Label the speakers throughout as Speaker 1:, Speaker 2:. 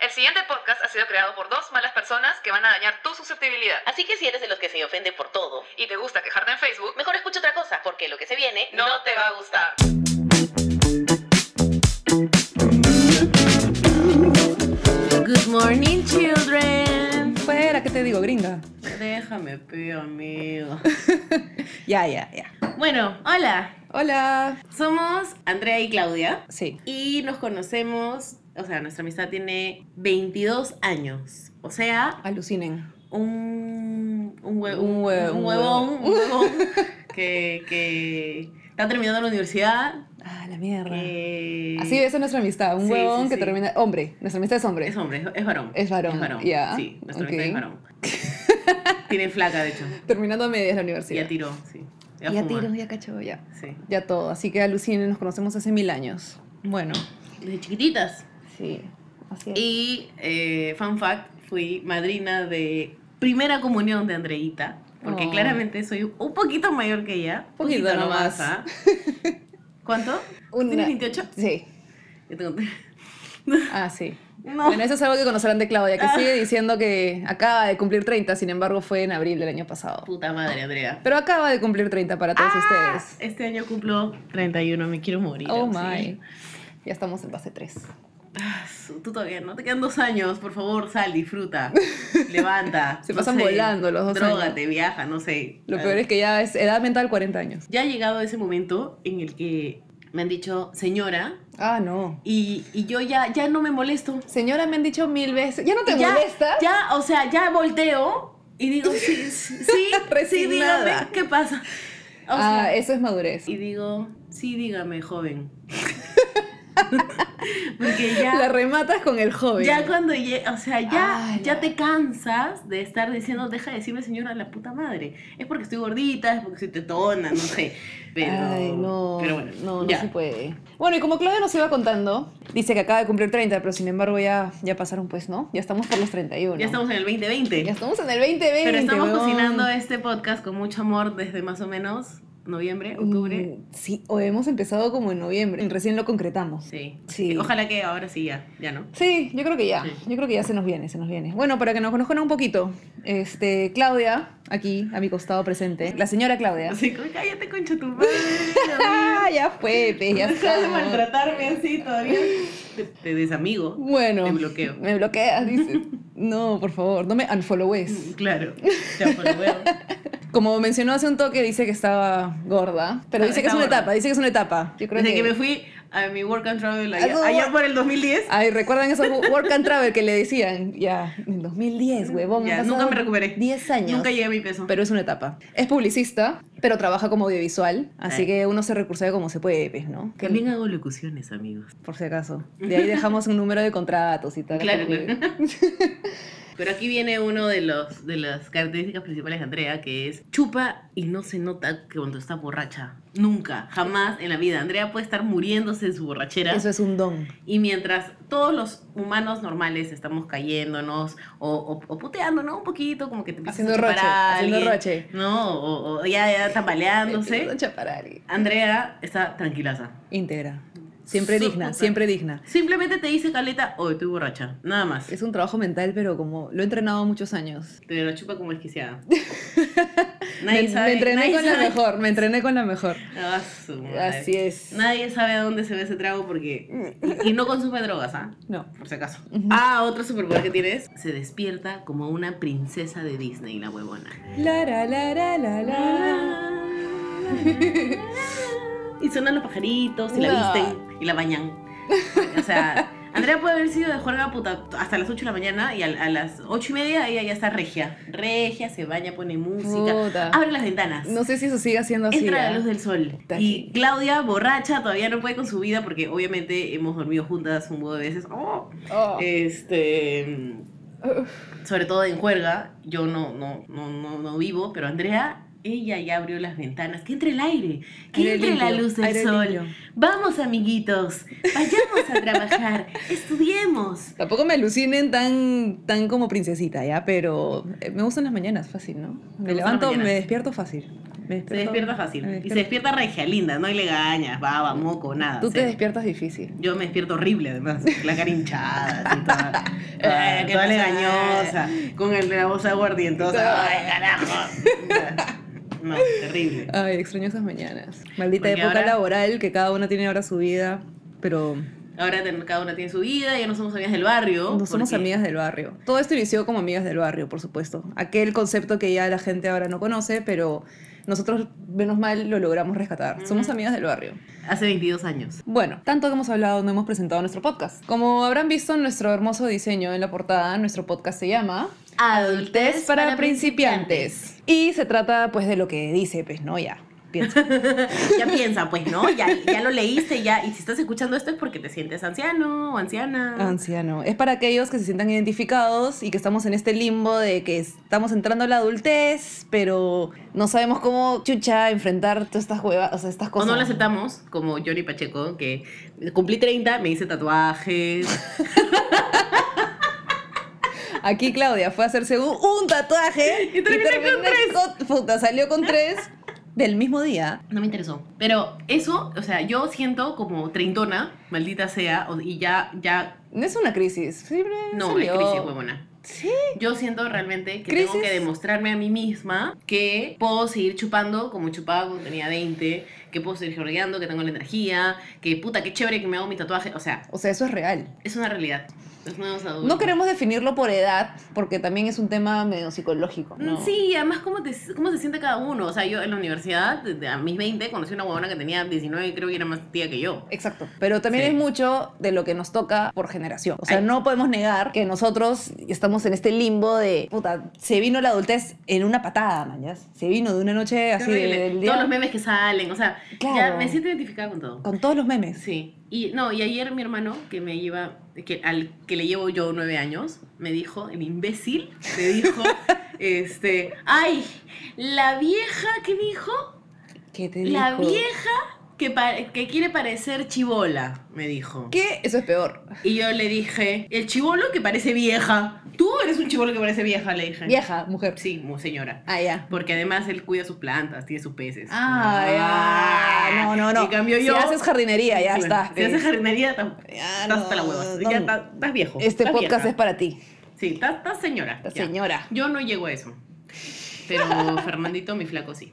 Speaker 1: El siguiente podcast ha sido creado por dos malas personas que van a dañar tu susceptibilidad.
Speaker 2: Así que si eres de los que se ofende por todo,
Speaker 1: Y te gusta quejarte en Facebook,
Speaker 2: mejor escucha otra cosa, porque lo que se viene
Speaker 1: no, te va a gustar.
Speaker 2: Good morning, children.
Speaker 3: Fuera, ¿qué te digo, gringa?
Speaker 2: Déjame, pío, amigo.
Speaker 3: Ya, ya, ya.
Speaker 2: Bueno, hola.
Speaker 3: Hola.
Speaker 2: Somos Andrea y Claudia
Speaker 3: Sí.
Speaker 2: y nos conocemos, o sea, nuestra amistad tiene 22 años. O sea,
Speaker 3: Alucinen.
Speaker 2: un, un, hue-
Speaker 3: Un hue-
Speaker 2: un huevón,
Speaker 3: un huevón.
Speaker 2: un huevón que, que está terminando la universidad.
Speaker 3: Ah, la mierda.
Speaker 2: que-
Speaker 3: Así esa es nuestra amistad. Un
Speaker 2: Sí,
Speaker 3: huevón
Speaker 2: sí,
Speaker 3: que
Speaker 2: sí.
Speaker 3: termina. Hombre, nuestra amistad es hombre.
Speaker 2: Es hombre, es varón.
Speaker 3: Es varón,
Speaker 2: Es varón.
Speaker 3: ya,
Speaker 2: Sí, nuestro
Speaker 3: ok.
Speaker 2: amistad es varón. Tiene flaca, de hecho.
Speaker 3: Terminando a
Speaker 2: Y
Speaker 3: medias la
Speaker 2: Ya
Speaker 3: universidad.
Speaker 2: tiró, sí. Ya,
Speaker 3: Ya
Speaker 2: fuma.
Speaker 3: tiro, ya cacho, ya.
Speaker 2: Sí.
Speaker 3: Ya todo. Así que alucinen, nos conocemos hace mil años. Bueno.
Speaker 2: Desde chiquititas.
Speaker 3: Sí. Así es.
Speaker 2: Y, eh, fun fact, fui madrina de primera comunión de Andreita. Porque
Speaker 3: Oh.
Speaker 2: claramente soy un poquito mayor que ella.
Speaker 3: Poquito nomás.
Speaker 2: ¿ah? ¿Cuánto?
Speaker 3: Una-
Speaker 2: ¿Tienes 28?
Speaker 3: Sí.
Speaker 2: Yo tengo...
Speaker 3: Ah, sí.
Speaker 2: No.
Speaker 3: Bueno, eso es algo que conocerán de Claudia, que sigue diciendo que acaba de cumplir 30, sin embargo fue en abril del año pasado.
Speaker 2: Puta madre, Andrea.
Speaker 3: Pero acaba de cumplir 30 para todos ustedes.
Speaker 2: Este año cumplo 31, me quiero morir.
Speaker 3: Oh
Speaker 2: ¿sí?
Speaker 3: my. Ya estamos en fase 3.
Speaker 2: Ah, su- Tú todavía no te quedan dos años, por favor, sal, disfruta, levanta.
Speaker 3: Se
Speaker 2: no
Speaker 3: pasan volando los dos
Speaker 2: Drógate, viaja, no sé.
Speaker 3: Lo peor es que ya es edad mental 40 años.
Speaker 2: Ya ha llegado ese momento en el que me han dicho, señora,
Speaker 3: Ah, no.
Speaker 2: y, y yo ya, ya no me molesto.
Speaker 3: Señora, me han dicho mil veces. ¿Ya no te
Speaker 2: Y ya,
Speaker 3: molestas?
Speaker 2: Ya, o sea, ya volteo y digo, sí, sí, sí, sí,
Speaker 3: Resignada.
Speaker 2: dígame, ¿qué pasa? O sea,
Speaker 3: ah, eso es madurez.
Speaker 2: y digo, sí, dígame, joven. Porque ya...
Speaker 3: La Ah, rematas con el joven.
Speaker 2: Ya cuando llega, o sea, ya,
Speaker 3: Ay,
Speaker 2: ya
Speaker 3: no.
Speaker 2: te cansas de estar diciendo, deja de decirme señora la puta madre. Es porque estoy gordita, es porque soy tetona, no sé. Pero,
Speaker 3: Ay, no.
Speaker 2: pero bueno,
Speaker 3: no, no
Speaker 2: ya.
Speaker 3: se puede. Bueno, y como Claudia nos iba contando, dice que acaba de cumplir 30, pero sin embargo ya, ya pasaron, pues, ¿no? Ya estamos por los 31.
Speaker 2: Ya estamos en el 2020.
Speaker 3: Ya estamos en el 2020.
Speaker 2: pero estamos
Speaker 3: weón.
Speaker 2: cocinando este podcast con mucho amor desde más o menos noviembre, octubre.
Speaker 3: Mm, Sí, o hemos empezado como en noviembre. Recién lo concretamos.
Speaker 2: Sí.
Speaker 3: Sí.
Speaker 2: Ojalá que ahora sí ya, ya no.
Speaker 3: Sí, yo creo que ya.
Speaker 2: Sí.
Speaker 3: Yo creo que ya se nos viene, se nos viene. Bueno, para que nos conozcan un poquito, este, Claudia, aquí, a mi costado presente. La señora Claudia.
Speaker 2: Así como, cállate, concha tu madre. amigo".
Speaker 3: Ah, ya fue, pe, ya
Speaker 2: Deja de
Speaker 3: estamos.
Speaker 2: maltratarme así todavía. Te, te desamigo.
Speaker 3: Bueno.
Speaker 2: Te bloqueo.
Speaker 3: Me bloqueas, dices. No, por favor, no me unfollowes.
Speaker 2: Mm, Claro. Ya, por lo veo.
Speaker 3: Como mencionó hace un toque, dice que estaba gorda. Pero
Speaker 2: Ah,
Speaker 3: dice que es
Speaker 2: está
Speaker 3: una
Speaker 2: gorda.
Speaker 3: etapa, dice que es una etapa. Yo creo
Speaker 2: Desde que... me fui a mi work and travel
Speaker 3: Ah,
Speaker 2: allá,
Speaker 3: no,
Speaker 2: allá
Speaker 3: no.
Speaker 2: por el 2010.
Speaker 3: Ay, ¿recuerdan esos work and travel que le decían? Ya, en 2010, huevón.
Speaker 2: Ya,
Speaker 3: han
Speaker 2: nunca
Speaker 3: pasado
Speaker 2: me recuperé.
Speaker 3: 10 años.
Speaker 2: Nunca llegué a mi peso.
Speaker 3: pero es una etapa. Es publicista, pero trabaja como audiovisual, así
Speaker 2: Sí.
Speaker 3: que uno se recursea como se puede, pues, ¿no?
Speaker 2: También hago locuciones, amigos.
Speaker 3: Por si acaso. De ahí dejamos un número de contratos y tal.
Speaker 2: Claro, claro. Pero aquí viene uno de los de las características principales de Andrea, que es chupa y no se nota que cuando está borracha. Nunca, jamás en la vida. Andrea puede estar muriéndose de su borrachera.
Speaker 3: Eso es un don.
Speaker 2: Y mientras todos los humanos normales estamos cayéndonos o, o, o puteándonos un poquito, como que te empiezas
Speaker 3: Haciendo
Speaker 2: a chupar
Speaker 3: roche,
Speaker 2: a
Speaker 3: haciendo
Speaker 2: alguien,
Speaker 3: roche.
Speaker 2: No, o, o ya, ya tambaleándose.
Speaker 3: Don Chaparari.
Speaker 2: Andrea está tranquilaza.
Speaker 3: Íntegra. Siempre
Speaker 2: Súper.
Speaker 3: digna, siempre digna.
Speaker 2: Simplemente te dice Caleta, hoy estoy borracha. Nada más.
Speaker 3: Es un trabajo mental, pero como lo he entrenado muchos años.
Speaker 2: Te lo chupa como esquiciada.
Speaker 3: Me,
Speaker 2: Nadie
Speaker 3: me
Speaker 2: sabe.
Speaker 3: entrené
Speaker 2: nadie
Speaker 3: con la
Speaker 2: sabe.
Speaker 3: mejor, me entrené con la mejor.
Speaker 2: Ah, su madre.
Speaker 3: Así es.
Speaker 2: Nadie sabe a dónde se ve ese trago porque. Y, y no consume drogas, ¿ah?
Speaker 3: No.
Speaker 2: Por si acaso. Ah, otro superpoder que tienes. Se despierta como una princesa de Disney, la huevona.
Speaker 3: La, la, la, la, la, la.
Speaker 2: Y sonan los pajaritos y la
Speaker 3: No.
Speaker 2: visten y la bañan. O sea, Andrea puede haber sido de juerga puta hasta las 8 de la mañana y al- a, las 8 y media ella ya está regia. Regia, se baña, pone música,
Speaker 3: Puta.
Speaker 2: abre las ventanas.
Speaker 3: No sé si eso sigue siendo así.
Speaker 2: Entra
Speaker 3: ¿ah?
Speaker 2: la luz del sol.
Speaker 3: Está
Speaker 2: Y
Speaker 3: así.
Speaker 2: Claudia, borracha, todavía no puede con su vida porque obviamente hemos dormido juntas un huevo de veces. ¡Oh!
Speaker 3: Oh.
Speaker 2: Este. Sobre todo en juerga. Yo no, no, no, no, no vivo, pero Andrea, ella ya abrió las ventanas. Que entre el aire, que
Speaker 3: Aire
Speaker 2: entre la
Speaker 3: limpio,
Speaker 2: luz del
Speaker 3: aire
Speaker 2: sol.
Speaker 3: limpio.
Speaker 2: Vamos, amiguitos, vayamos a trabajar, estudiemos.
Speaker 3: Tampoco me alucinen tan, tan como princesita, ¿ya? Pero eh, me gustan las mañanas, fácil, ¿no? Me
Speaker 2: Te gustan las
Speaker 3: levanto, me
Speaker 2: mañanas.
Speaker 3: despierto fácil. Me
Speaker 2: Se despierta fácil.
Speaker 3: me
Speaker 2: Y
Speaker 3: despierto.
Speaker 2: se despierta regia linda, no le gañas, baba, moco, nada.
Speaker 3: Tú
Speaker 2: o
Speaker 3: te
Speaker 2: sea,
Speaker 3: despiertas difícil.
Speaker 2: Yo me despierto horrible, además. La cara hinchada, así, toda, toda,
Speaker 3: Eh, ¿qué
Speaker 2: toda
Speaker 3: pasa?
Speaker 2: legañosa, con el- la voz aguardientosa. ¡Ay, carajo! No, terrible.
Speaker 3: Ay, extraño esas mañanas. Maldita
Speaker 2: Porque
Speaker 3: época
Speaker 2: ahora-
Speaker 3: laboral que cada una tiene ahora su vida, pero
Speaker 2: Ahora ten- cada una tiene su vida, ya no somos amigas del barrio.
Speaker 3: no somos
Speaker 2: porque-
Speaker 3: amigas del barrio. Todo esto inició como amigas del barrio, por supuesto. Aquel concepto que ya la gente ahora no conoce, pero nosotros, menos mal, lo logramos rescatar. Somos amigas del barrio.
Speaker 2: Hace 22 años.
Speaker 3: Bueno, tanto que hemos hablado, no hemos presentado nuestro podcast. Como habrán visto en nuestro hermoso diseño en la portada, nuestro podcast se llama Adultez para, principiantes. Y se trata pues de lo que dice, pues no, ya. Piensa.
Speaker 2: Ya piensa, pues, ¿no? Ya, ya lo leíste, ya. Y si estás escuchando esto es porque te sientes anciano o anciana.
Speaker 3: Anciano. Es para aquellos que se sientan identificados y que estamos en este limbo de que estamos entrando a la adultez, pero no sabemos cómo chucha enfrentar todas estas huevas, o sea, estas
Speaker 2: O
Speaker 3: cosas.
Speaker 2: no la aceptamos, como Johnny Pacheco, que cumplí 30, me hice tatuajes.
Speaker 3: Aquí Claudia fue a hacerse un, un tatuaje
Speaker 2: Y terminé con
Speaker 3: tres. puta, salió con tres del mismo día.
Speaker 2: No me interesó. Pero eso, o sea, yo siento como treintona, maldita sea, o- y ya, ya,
Speaker 3: No es una crisis, siempre
Speaker 2: no, es
Speaker 3: salió.
Speaker 2: crisis huevona.
Speaker 3: Sí,
Speaker 2: Yo siento realmente que tengo
Speaker 3: ¿Crisis?
Speaker 2: que demostrarme a mí misma que puedo seguir chupando como chupaba cuando tenía 20, que puedo seguir jorgeando, que tengo la energía, que puta, qué chévere que me hago mi tatuaje. O sea,
Speaker 3: o sea, eso es real.
Speaker 2: es una realidad. Los nuevos adultos.
Speaker 3: No queremos definirlo por edad, porque también es un tema medio psicológico. ¿no?
Speaker 2: Mm, Sí, además, ¿cómo, te, ¿cómo se siente cada uno? O sea, yo en la universidad, desde a mis 20, conocí una huevona que tenía 19 y creo que era más tía que yo.
Speaker 3: Exacto. Pero también
Speaker 2: Sí.
Speaker 3: es mucho de lo que nos toca por generación. O sea,
Speaker 2: Ay.
Speaker 3: no podemos negar que nosotros estamos en este limbo de, puta, se vino la adultez en una patada, mañas. Se vino de una noche así
Speaker 2: Terrible.
Speaker 3: del día.
Speaker 2: Todos los memes que salen, o sea,
Speaker 3: Claro.
Speaker 2: ya me siento identificada con todo.
Speaker 3: Con todos los memes.
Speaker 2: Sí. Y no, y ayer mi hermano, que me lleva, que, al que le llevo yo nueve años, me dijo, el imbécil, me dijo, este, ay, la vieja que dijo,
Speaker 3: ¿Qué te
Speaker 2: la
Speaker 3: dijo?
Speaker 2: vieja que, pa- que quiere parecer chivola, me dijo.
Speaker 3: ¿Qué? Eso es peor.
Speaker 2: Y yo le dije, el chivolo que parece vieja. Tú eres un chivolo que parece vieja, le dije.
Speaker 3: Vieja, mujer.
Speaker 2: Sí, mu- señora.
Speaker 3: Ah, ya.
Speaker 2: Porque además él cuida sus plantas, tiene sus peces. Ah.
Speaker 3: Ah, ya. No, no, no.
Speaker 2: En cambio yo.
Speaker 3: Si haces jardinería, ya
Speaker 2: Sí,
Speaker 3: está.
Speaker 2: Si haces jardinería, estás
Speaker 3: Ya,
Speaker 2: estás hasta la
Speaker 3: no,
Speaker 2: hueva.
Speaker 3: no.
Speaker 2: Ya estás estás viejo.
Speaker 3: Este
Speaker 2: estás
Speaker 3: podcast
Speaker 2: vieja.
Speaker 3: es para ti,
Speaker 2: Sí, estás estás señora.
Speaker 3: la
Speaker 2: ya.
Speaker 3: señora.
Speaker 2: Yo no llego a eso. Pero Fernandito, mi flaco, sí.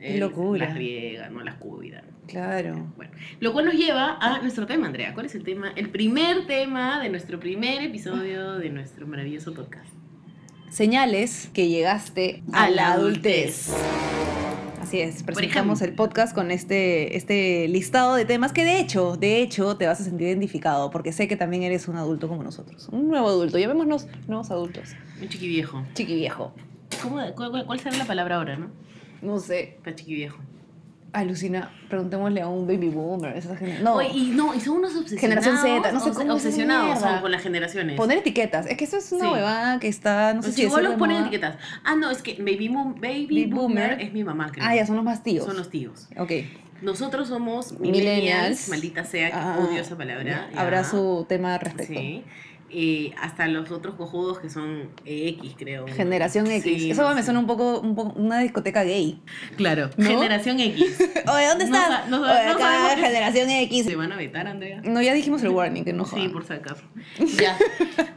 Speaker 3: Qué
Speaker 2: Él
Speaker 3: locura.
Speaker 2: Las riega, no las cuida.
Speaker 3: Claro.
Speaker 2: Bueno, lo cual nos lleva a nuestro tema, Andrea. ¿Cuál es el tema? El primer tema de nuestro primer episodio de nuestro maravilloso podcast.
Speaker 3: Señales que llegaste a, la adultez. Así es, presentamos
Speaker 2: ejemplo.
Speaker 3: el podcast con este, este listado de temas que de hecho, de hecho, te vas a sentir identificado porque sé que también eres un adulto como nosotros. Un nuevo adulto, llamémonos nuevos adultos.
Speaker 2: Un chiquiviejo.
Speaker 3: Chiquiviejo.
Speaker 2: ¿Cómo, cuál, cuál- cuál será la palabra ahora, no?
Speaker 3: No sé.
Speaker 2: Para chiquiviejo.
Speaker 3: Alucina, preguntémosle a un baby boomer. Esa gente. No,
Speaker 2: Oye, y no, y son unos obsesionados.
Speaker 3: Generación Z, no sé
Speaker 2: obs-
Speaker 3: cómo es esa
Speaker 2: Obsesionados
Speaker 3: mierda.
Speaker 2: son con las generaciones.
Speaker 3: poner etiquetas. Es que eso es una
Speaker 2: Sí.
Speaker 3: huevada que está, no sé
Speaker 2: los
Speaker 3: si decirlo
Speaker 2: chivolos
Speaker 3: de
Speaker 2: ponen
Speaker 3: moda.
Speaker 2: etiquetas. Ah, no, es que Baby, boom- baby,
Speaker 3: Baby
Speaker 2: Boomer,
Speaker 3: boomer.
Speaker 2: es mi mamá, creo.
Speaker 3: Ah, ya son los más tíos.
Speaker 2: Son los tíos.
Speaker 3: Ok.
Speaker 2: Nosotros somos millennials.
Speaker 3: Millennials.
Speaker 2: Maldita sea, que
Speaker 3: Ah,
Speaker 2: odio esa palabra. ya.
Speaker 3: Habrá su tema al respecto.
Speaker 2: Sí. Y hasta los otros cojudos que son X, creo.
Speaker 3: Generación X.
Speaker 2: Sí,
Speaker 3: Eso
Speaker 2: no
Speaker 3: me
Speaker 2: sé.
Speaker 3: suena un poco, un poco una discoteca gay.
Speaker 2: Claro.
Speaker 3: ¿No?
Speaker 2: Generación X.
Speaker 3: Oye, ¿dónde
Speaker 2: No
Speaker 3: estás?
Speaker 2: sa- no sa-
Speaker 3: Oye,
Speaker 2: no
Speaker 3: acá,
Speaker 2: sabemos qué-
Speaker 3: generación X.
Speaker 2: Se van a vetar, Andrea.
Speaker 3: No, ya dijimos el warning, que no jodan.
Speaker 2: Sí, por si acaso. Ya.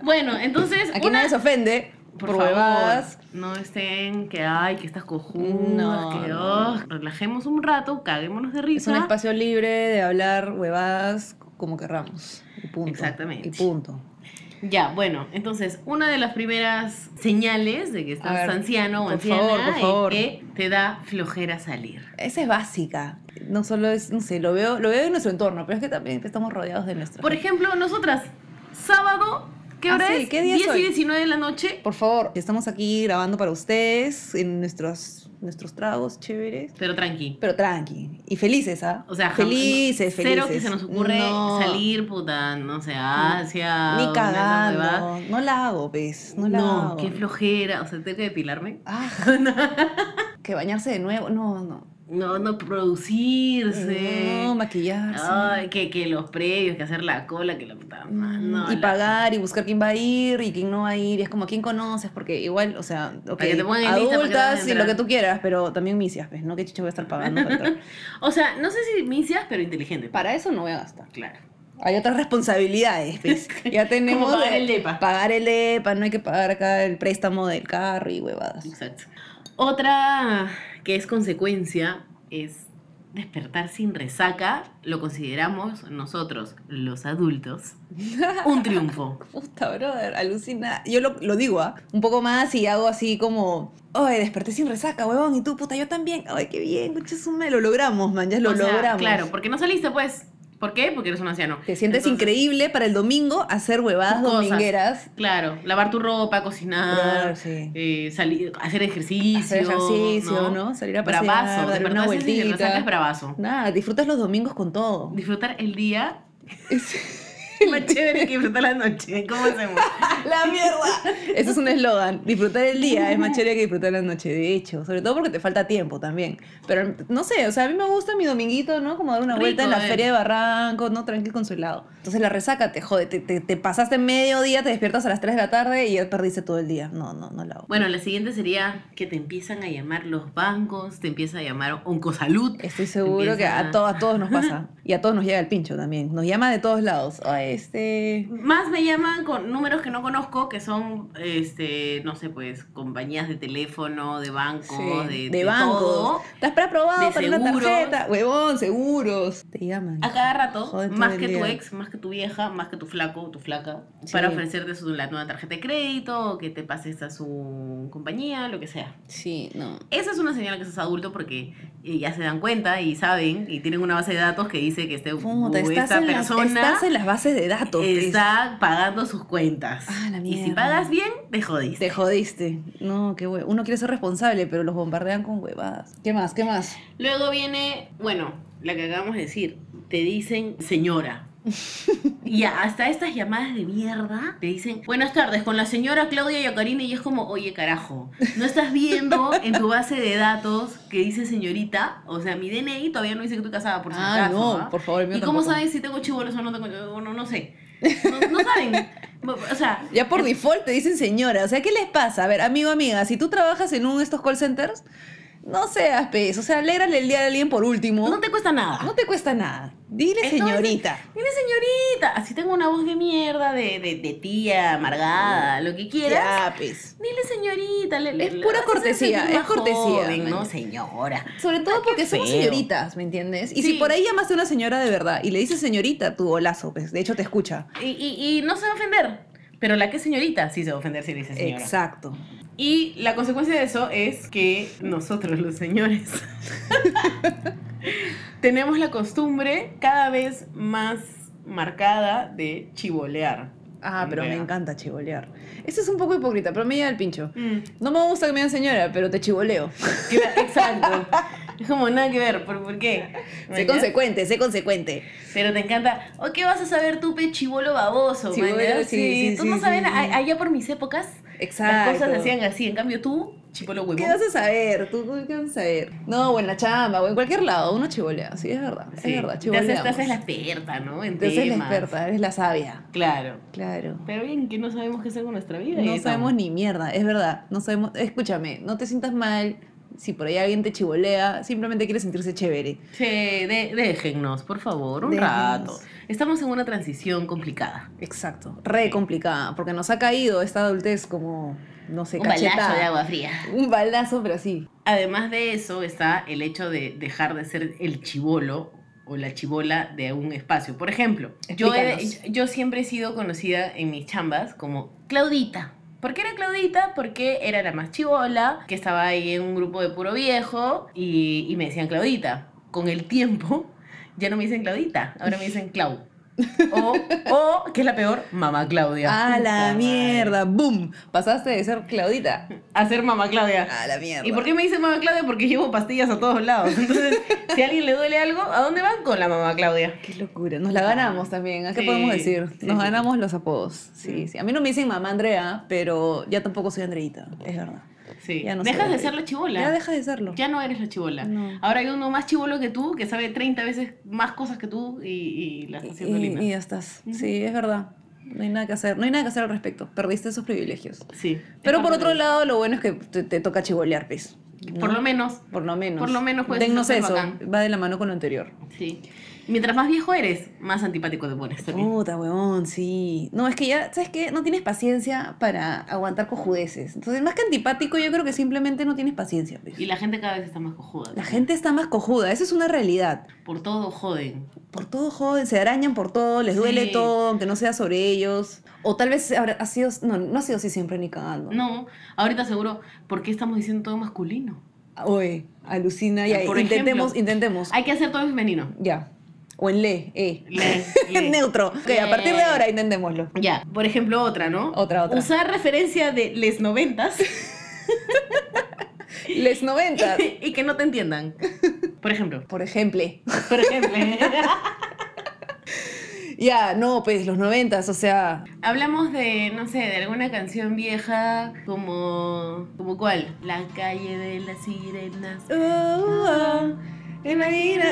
Speaker 2: Bueno, entonces.
Speaker 3: Aquí
Speaker 2: una...
Speaker 3: nadie se ofende.
Speaker 2: Por
Speaker 3: Pruebas.
Speaker 2: favor, no estén que ay, que estás cojudas,
Speaker 3: No,
Speaker 2: que
Speaker 3: no.
Speaker 2: oh, relajemos un rato, caguémonos de
Speaker 3: Es un
Speaker 2: risa.
Speaker 3: espacio libre de hablar huevadas como querramos. Y punto.
Speaker 2: Exactamente.
Speaker 3: Y punto.
Speaker 2: Ya, bueno, entonces, una de las primeras señales de que
Speaker 3: A
Speaker 2: estás
Speaker 3: ver,
Speaker 2: anciano o
Speaker 3: por
Speaker 2: anciana
Speaker 3: favor, por
Speaker 2: es
Speaker 3: favor.
Speaker 2: que te da flojera salir.
Speaker 3: Esa es básica. No solo es, no sé, lo veo, lo veo en nuestro entorno, pero es que también estamos rodeados de nuestro.
Speaker 2: Por ejemplo, nosotras, sábado, ¿qué
Speaker 3: Ah,
Speaker 2: hora
Speaker 3: sí,
Speaker 2: es?
Speaker 3: ¿qué día
Speaker 2: 10
Speaker 3: es hoy?
Speaker 2: y 19 de la noche.
Speaker 3: Por favor, estamos aquí grabando para ustedes en nuestros, nuestros tragos chéveres.
Speaker 2: Pero tranqui.
Speaker 3: Pero tranqui. Y felices, ¿ah?
Speaker 2: O sea, jam-
Speaker 3: felices, felices.
Speaker 2: Cero que se nos ocurre
Speaker 3: No,
Speaker 2: salir, puta, no sé, hacia.
Speaker 3: Ni
Speaker 2: donde esas huevadas.
Speaker 3: cagando. No la hago, ¿ves? No la
Speaker 2: No,
Speaker 3: hago.
Speaker 2: qué flojera. O sea, tengo que depilarme.
Speaker 3: Ah, que bañarse de nuevo. No, no.
Speaker 2: No, no producirse.
Speaker 3: No, maquillarse.
Speaker 2: Ay, que, que los previos, que hacer la cola, que la puta madre, no,
Speaker 3: Mm, y
Speaker 2: la-
Speaker 3: pagar y buscar quién va a ir y quién no va a ir. Y es como quién conoces, porque igual, o sea, ok,
Speaker 2: que te pongan en lista, para que te
Speaker 3: adultas
Speaker 2: dejen
Speaker 3: y
Speaker 2: entrar.
Speaker 3: lo que tú quieras, pero también misias, ¿ves? No, qué chicho voy a estar pagando. para entrar?
Speaker 2: O sea, no sé si misias, pero inteligente.
Speaker 3: Para eso no voy a gastar.
Speaker 2: Claro.
Speaker 3: Hay otras responsabilidades, ¿ves? Ya tenemos.
Speaker 2: Como pagar
Speaker 3: de-
Speaker 2: el EPA.
Speaker 3: Pagar el EPA, no hay que pagar acá el préstamo del carro y huevadas.
Speaker 2: Exacto. Otra que es consecuencia es despertar sin resaca. Lo consideramos nosotros, los adultos, un triunfo.
Speaker 3: Puta, brother, alucina. Yo lo, lo digo, ¿ah? Un poco más y hago así como. Ay, desperté sin resaca, huevón. Y tú, puta, yo también. Ay, qué bien, coche, sume. Lo logramos, man, ya lo
Speaker 2: O sea,
Speaker 3: logramos.
Speaker 2: Claro, porque no saliste, pues. ¿Por qué? Porque eres un anciano.
Speaker 3: Te sientes
Speaker 2: Entonces,
Speaker 3: increíble para el domingo hacer huevadas
Speaker 2: Cosas.
Speaker 3: domingueras.
Speaker 2: Claro, lavar tu ropa, cocinar,
Speaker 3: Brother, sí.
Speaker 2: eh, salir, hacer ejercicio.
Speaker 3: Hacer ejercicio, ¿no? Salir a pasear,
Speaker 2: Bravazo,
Speaker 3: dar una
Speaker 2: despertarse sin
Speaker 3: vueltita.
Speaker 2: resaca es bravazo.
Speaker 3: Nada, disfrutas los domingos con todo.
Speaker 2: Disfrutar el día es más chévere que disfrutar la noche. ¿Cómo hacemos?
Speaker 3: ¡La mierda! Ese es un eslogan. Disfrutar el día es más chévere que disfrutar la noche, de hecho. Sobre todo porque te falta tiempo también. Pero no sé, o sea, a mí me gusta mi dominguito, ¿no? Como dar una
Speaker 2: Rico,
Speaker 3: vuelta en la
Speaker 2: eh.
Speaker 3: feria de Barranco, ¿no? Tranquilo con su helado. Entonces la resaca te jode. Te, te, te pasaste medio día, te despiertas a las 3 de la tarde y ya perdiste todo el día. No, no, no la hago.
Speaker 2: Bueno, la siguiente sería que te empiezan a llamar los bancos, te empieza a llamar Oncosalud.
Speaker 3: Estoy seguro que
Speaker 2: Empieza-
Speaker 3: a, to- a todos nos pasa. Y a todos nos llega el pincho también. Nos llama de todos lados. "Ay, este.
Speaker 2: Más me llaman con números que no conozco, que son, este, no sé, pues, compañías de teléfono, de bancos,
Speaker 3: sí,
Speaker 2: de,
Speaker 3: de,
Speaker 2: de
Speaker 3: bancos.
Speaker 2: todo.
Speaker 3: ¿Estás preaprobado
Speaker 2: De
Speaker 3: para una
Speaker 2: seguros.
Speaker 3: tarjeta? Huevón, seguros. Te llaman.
Speaker 2: A cada rato,
Speaker 3: Joder, todo
Speaker 2: más
Speaker 3: el
Speaker 2: que tu
Speaker 3: día.
Speaker 2: ex, más que tu vieja, más que tu flaco o tu flaca,
Speaker 3: Sí.
Speaker 2: para ofrecerte su, la nueva tarjeta de crédito, o que te pases a su compañía, lo que sea.
Speaker 3: Sí, no.
Speaker 2: Esa es una señal que sos adulto porque eh, ya se dan cuenta y saben y tienen una base de datos que dice que este,
Speaker 3: Puta,
Speaker 2: o
Speaker 3: estás,
Speaker 2: esta
Speaker 3: en las,
Speaker 2: persona
Speaker 3: estás en las bases de datos. pues.
Speaker 2: está pagando sus cuentas.
Speaker 3: Ah, la
Speaker 2: y si
Speaker 3: mierda.
Speaker 2: pagas bien, te jodiste.
Speaker 3: Te jodiste. No, qué hue... Uno quiere ser responsable, pero los bombardean con huevadas. ¿Qué más? ¿Qué más?
Speaker 2: Luego viene, bueno, la que acabamos de decir, te dicen señora. y a- hasta estas llamadas de mierda te dicen, buenas tardes, con la señora Claudia Yacarina y es como, oye carajo, ¿no estás viendo en tu base de datos que dice señorita? O sea, mi DNI todavía no dice que estoy casada, por si
Speaker 3: ah,
Speaker 2: acaso,
Speaker 3: no,
Speaker 2: ¿ah?
Speaker 3: por favor, el mío
Speaker 2: ¿Y cómo
Speaker 3: tampoco.
Speaker 2: sabes si tengo chivolos o no tengo o no, no sé. No, no saben. O sea,
Speaker 3: Ya por default te dicen señora. O sea, ¿qué les pasa? A ver, amigo, amiga, si tú trabajas en uno de estos call centers, no seas pez. O sea, alégrale el día de alguien por último.
Speaker 2: no te cuesta nada.
Speaker 3: No te cuesta nada. Dile
Speaker 2: Entonces,
Speaker 3: señorita.
Speaker 2: Mire, señorita, así tengo una voz de mierda, de, de, de tía, amargada, lo que quieras.
Speaker 3: Ya, pez.
Speaker 2: Dile, señorita. le- le-
Speaker 3: Es
Speaker 2: le-
Speaker 3: pura
Speaker 2: haces sentir
Speaker 3: cortesía,
Speaker 2: más
Speaker 3: es cortesía,
Speaker 2: joven,
Speaker 3: man.
Speaker 2: no, señora.
Speaker 3: Sobre todo porque somos
Speaker 2: feo.
Speaker 3: señoritas, ¿me entiendes? Y si
Speaker 2: Sí.
Speaker 3: por ahí llamaste a una señora de verdad y le dices señorita, tu golazo, pues, de hecho te escucha.
Speaker 2: Y, y, y no se va a ofender. Pero la que es señorita sí se va a ofender si le dice señora.
Speaker 3: Exacto.
Speaker 2: Y la consecuencia de eso es que nosotros los señores tenemos la costumbre cada vez más marcada de chivolear.
Speaker 3: Ah, pero me
Speaker 2: Vea.
Speaker 3: encanta chivolear. Eso es un poco hipócrita, pero me llega el pincho. No me gusta que me digan señora, pero te chivoleo.
Speaker 2: Cla- Exacto. Es como nada que ver, ¿por, por qué?
Speaker 3: Sé
Speaker 2: ¿Mañas?
Speaker 3: consecuente, sé consecuente.
Speaker 2: Pero te encanta. ¿O qué vas a saber tú, pe chivolo baboso?
Speaker 3: Chibolo,
Speaker 2: mañas?
Speaker 3: sí, sí,
Speaker 2: Tú
Speaker 3: sí,
Speaker 2: no
Speaker 3: sí,
Speaker 2: sabes,
Speaker 3: sí.
Speaker 2: a- allá por mis épocas
Speaker 3: Exacto.
Speaker 2: las cosas se hacían así. En cambio tú, chivolo huevón.
Speaker 3: ¿Qué vas a saber? ¿Tú tú qué vas a saber? No, o en la chamba, o en cualquier lado, uno chivolea. Sí, es verdad.
Speaker 2: Sí.
Speaker 3: Es
Speaker 2: te,
Speaker 3: verdad,
Speaker 2: haces,
Speaker 3: chivoleamos.
Speaker 2: te haces la experta, ¿no? En
Speaker 3: Te haces la
Speaker 2: temas.
Speaker 3: experta, eres la sabia.
Speaker 2: Claro.
Speaker 3: Claro.
Speaker 2: Pero bien, que no sabemos qué hacer con nuestra vida.
Speaker 3: No sabemos ni mierda, es verdad. No sabemos. Escúchame, no te sientas mal si por ahí alguien te chivolea, simplemente quiere sentirse chévere.
Speaker 2: Che, de- déjennos, por favor, un
Speaker 3: Déjenos.
Speaker 2: rato. Estamos en una transición complicada.
Speaker 3: Exacto. Re complicada, porque nos ha caído esta adultez como, no sé,
Speaker 2: un balazo
Speaker 3: cachetada.
Speaker 2: de agua fría.
Speaker 3: Un baldazo, pero sí.
Speaker 2: Además de eso está el hecho de dejar de ser el chivolo o la chivola de un espacio. Por ejemplo, yo, he-
Speaker 3: Explícanos.
Speaker 2: yo siempre he sido conocida en mis chambas como Claudita. ¿Por qué era Claudita? Porque era la más chivola, que estaba ahí en un grupo de puro viejo y, y me decían Claudita. Con el tiempo ya no me dicen Claudita, ahora me dicen Clau. O, o que es la peor, Mamá Claudia.
Speaker 3: A
Speaker 2: Puta
Speaker 3: la
Speaker 2: madre.
Speaker 3: mierda, boom. Pasaste de ser Claudita
Speaker 2: A ser Mamá Claudia.
Speaker 3: a Ah, la mierda.
Speaker 2: ¿Y por qué me dicen mamá Claudia? Porque llevo pastillas a todos lados. Entonces, si a alguien le duele algo, ¿a dónde van con la mamá Claudia?
Speaker 3: Qué locura, nos la ganamos también. ¿A qué
Speaker 2: Sí,
Speaker 3: podemos decir?
Speaker 2: sí,
Speaker 3: Nos
Speaker 2: sí,
Speaker 3: ganamos los apodos. Sí,
Speaker 2: Mm.
Speaker 3: sí. A mí no me dicen mamá Andrea, pero ya tampoco soy Andreita, es verdad.
Speaker 2: Sí.
Speaker 3: Ya no se
Speaker 2: Dejas
Speaker 3: ve.
Speaker 2: de ser la chivola.
Speaker 3: Ya deja de serlo.
Speaker 2: Ya no eres la chivola.
Speaker 3: No.
Speaker 2: Ahora hay uno más chivolo que tú que sabe 30 veces más cosas que tú y, y la está haciendo
Speaker 3: Y,
Speaker 2: linda.
Speaker 3: y ya estás.
Speaker 2: Ujú.
Speaker 3: Sí, es verdad. No hay nada que hacer. No hay nada que hacer al respecto. Perdiste esos privilegios.
Speaker 2: Sí.
Speaker 3: Pero
Speaker 2: Es
Speaker 3: por
Speaker 2: parte
Speaker 3: otro
Speaker 2: de-
Speaker 3: lado, lo bueno es que te, te toca chivolear, pues. ¿no?
Speaker 2: Por lo menos.
Speaker 3: Por lo menos.
Speaker 2: por lo menos puedes
Speaker 3: Dennos
Speaker 2: hacer
Speaker 3: eso.
Speaker 2: bacán.
Speaker 3: Va de la mano con lo anterior.
Speaker 2: Sí. Mientras más viejo eres, más antipático te pones también.
Speaker 3: Puta, huevón, sí. No, es que ya, ¿sabes qué? No tienes paciencia para aguantar cojudeces. Entonces, más que antipático, yo creo que simplemente no tienes paciencia. pues.
Speaker 2: Y la gente cada vez está más cojuda.
Speaker 3: La
Speaker 2: también.
Speaker 3: gente está más cojuda, esa es una realidad.
Speaker 2: Por todo joden.
Speaker 3: Por todo joden, se arañan por todo, les duele
Speaker 2: Sí.
Speaker 3: todo, aunque no sea sobre ellos. O tal vez habrá, ha sido, no, no ha sido así siempre ni cagando.
Speaker 2: No, ahorita seguro, ¿por qué estamos diciendo todo masculino?
Speaker 3: Oye, alucina, ya,
Speaker 2: Por
Speaker 3: intentemos,
Speaker 2: ejemplo,
Speaker 3: intentemos.
Speaker 2: Hay que hacer todo femenino.
Speaker 3: Ya. O en le, eh.
Speaker 2: Le- le-
Speaker 3: Neutro. Ok, a partir de
Speaker 2: Le.
Speaker 3: ahora intentémoslo.
Speaker 2: Ya, por ejemplo, otra, ¿no?
Speaker 3: Otra, otra.
Speaker 2: Usar referencia de les noventas
Speaker 3: Les 90.
Speaker 2: y que no te entiendan. Por ejemplo.
Speaker 3: Por ejemplo.
Speaker 2: Por ejemplo.
Speaker 3: Ya, no, pues los noventas, o sea,
Speaker 2: Hablamos de, no sé, de alguna canción vieja como... ¿Como cuál? La calle de las sirenas. Uh,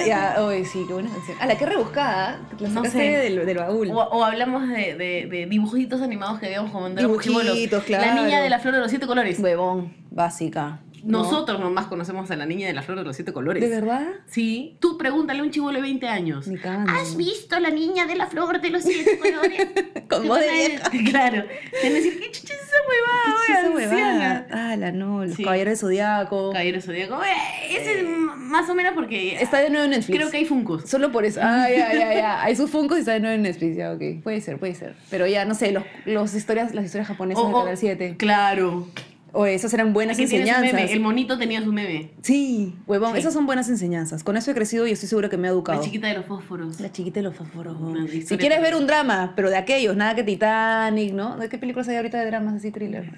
Speaker 3: Ya, oye, sí, qué buena canción. A la que rebuscada, ¿eh? la
Speaker 2: No
Speaker 3: sacaste
Speaker 2: sé.
Speaker 3: del, del baúl.
Speaker 2: O, o hablamos de, de- de dibujitos animados que veíamos cuando éramos
Speaker 3: Dibujitos,
Speaker 2: chibolos. La niña
Speaker 3: claro.
Speaker 2: de la flor de los siete colores.
Speaker 3: Huevón, básica. ¿no?
Speaker 2: Nosotros nomás conocemos a la niña de la flor de los siete colores.
Speaker 3: ¿De verdad?
Speaker 2: Sí. Tú pregúntale a un chibolo de 20 años.
Speaker 3: Ni cagando.
Speaker 2: visto la niña de la flor de los siete colores?
Speaker 3: Con voz de vieja.
Speaker 2: Claro. Te van a decir, ¿qué chucha es esa huevada?
Speaker 3: Sí, esa
Speaker 2: güey,
Speaker 3: huevada. Oh.
Speaker 2: anciana?".
Speaker 3: Ala, no, los
Speaker 2: Sí.
Speaker 3: caballeros del zodiaco.
Speaker 2: Caballero Zodíaco. "Güey, Ese es m- más o menos porque
Speaker 3: Eh. Está de nuevo en Netflix.
Speaker 2: creo que hay funcos.
Speaker 3: Solo por eso. Ah, ya, ya, ya. Hay sus funcos y está de nuevo en Netflix. Ya, ok. Puede ser, puede ser. Pero ya, no sé, los, los historias, las historias japonesas
Speaker 2: O-
Speaker 3: de
Speaker 2: o-
Speaker 3: Canal 7.
Speaker 2: Claro.
Speaker 3: O esas eran buenas
Speaker 2: Aquí tiene su meme.
Speaker 3: enseñanzas.
Speaker 2: El monito tenía su meme.
Speaker 3: Sí, huevón,
Speaker 2: Sí.
Speaker 3: esas son buenas enseñanzas. Con eso he crecido y estoy segura que me he educado.
Speaker 2: La chiquita de los fósforos.
Speaker 3: La chiquita de los fósforos.
Speaker 2: Una
Speaker 3: Si
Speaker 2: historia
Speaker 3: quieres ver
Speaker 2: también.
Speaker 3: un drama, pero de aquellos, nada que Titanic, ¿no? ¿De qué películas hay ahorita de dramas así thriller?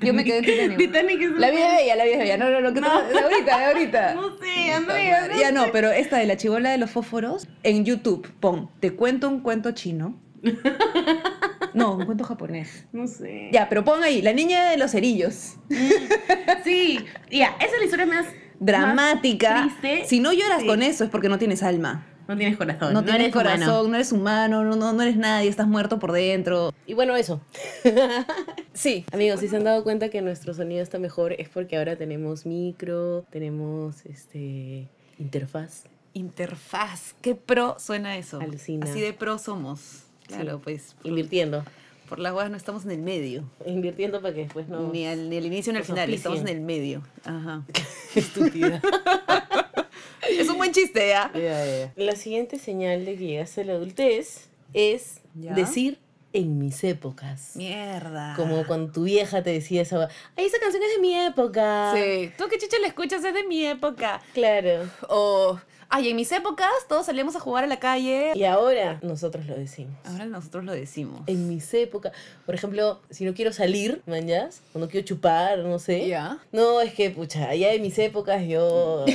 Speaker 3: Yo me quedé en Titanic.
Speaker 2: Titanic es-
Speaker 3: La vida es bella, la vida es bella. No, no, no, ¿qué
Speaker 2: No.
Speaker 3: tal? de ahorita, de ahorita.
Speaker 2: No sé, Andrea. no
Speaker 3: ya no, pero esta de la chivola de los fósforos, en YouTube, pon, te cuento un cuento chino. No, un cuento japonés.
Speaker 2: No sé.
Speaker 3: Ya, pero pon ahí, la niña de los cerillos.
Speaker 2: Sí, ya, esa es la historia más
Speaker 3: Dramática.
Speaker 2: más triste.
Speaker 3: Si no lloras
Speaker 2: Sí.
Speaker 3: con eso es porque no tienes alma.
Speaker 2: No tienes corazón.
Speaker 3: No, tienes
Speaker 2: eres
Speaker 3: corazón,
Speaker 2: humano.
Speaker 3: no eres humano, no, no, no eres nadie, estás muerto por dentro.
Speaker 4: Y bueno, eso.
Speaker 3: Sí.
Speaker 4: Amigos, si se han dado cuenta que nuestro sonido está mejor es porque ahora tenemos micro, tenemos este interfaz.
Speaker 3: Interfaz. Qué pro suena eso.
Speaker 4: Alucina.
Speaker 3: Así de pro somos. Claro,
Speaker 4: Sí.
Speaker 3: pues. por-
Speaker 4: Invirtiendo.
Speaker 3: Por las huevas no estamos en el medio.
Speaker 4: Invirtiendo para que después no...
Speaker 3: Ni, al, ni al inicio ni al
Speaker 4: Nos
Speaker 3: final, estamos en
Speaker 4: auspicien.
Speaker 3: el medio. Ajá.
Speaker 4: Estúpida.
Speaker 3: Es un buen chiste, ¿ya?
Speaker 4: La siguiente señal de que llegaste a la adultez es
Speaker 3: Ya.
Speaker 4: decir en mis épocas.
Speaker 3: Mierda.
Speaker 4: Como cuando tu vieja te decía esa... ¡Ay, esa canción es de mi época!
Speaker 3: Sí. Tú que chicha la escuchas es de mi época.
Speaker 4: Claro.
Speaker 3: O. Ay, en mis épocas todos salíamos a jugar a la calle.
Speaker 4: Y ahora nosotros lo decimos.
Speaker 3: Ahora nosotros lo decimos.
Speaker 4: En mis épocas, por ejemplo, si no quiero salir, mañas, o no quiero chupar, no sé.
Speaker 3: Ya.
Speaker 4: No, es que, pucha, allá en mis épocas yo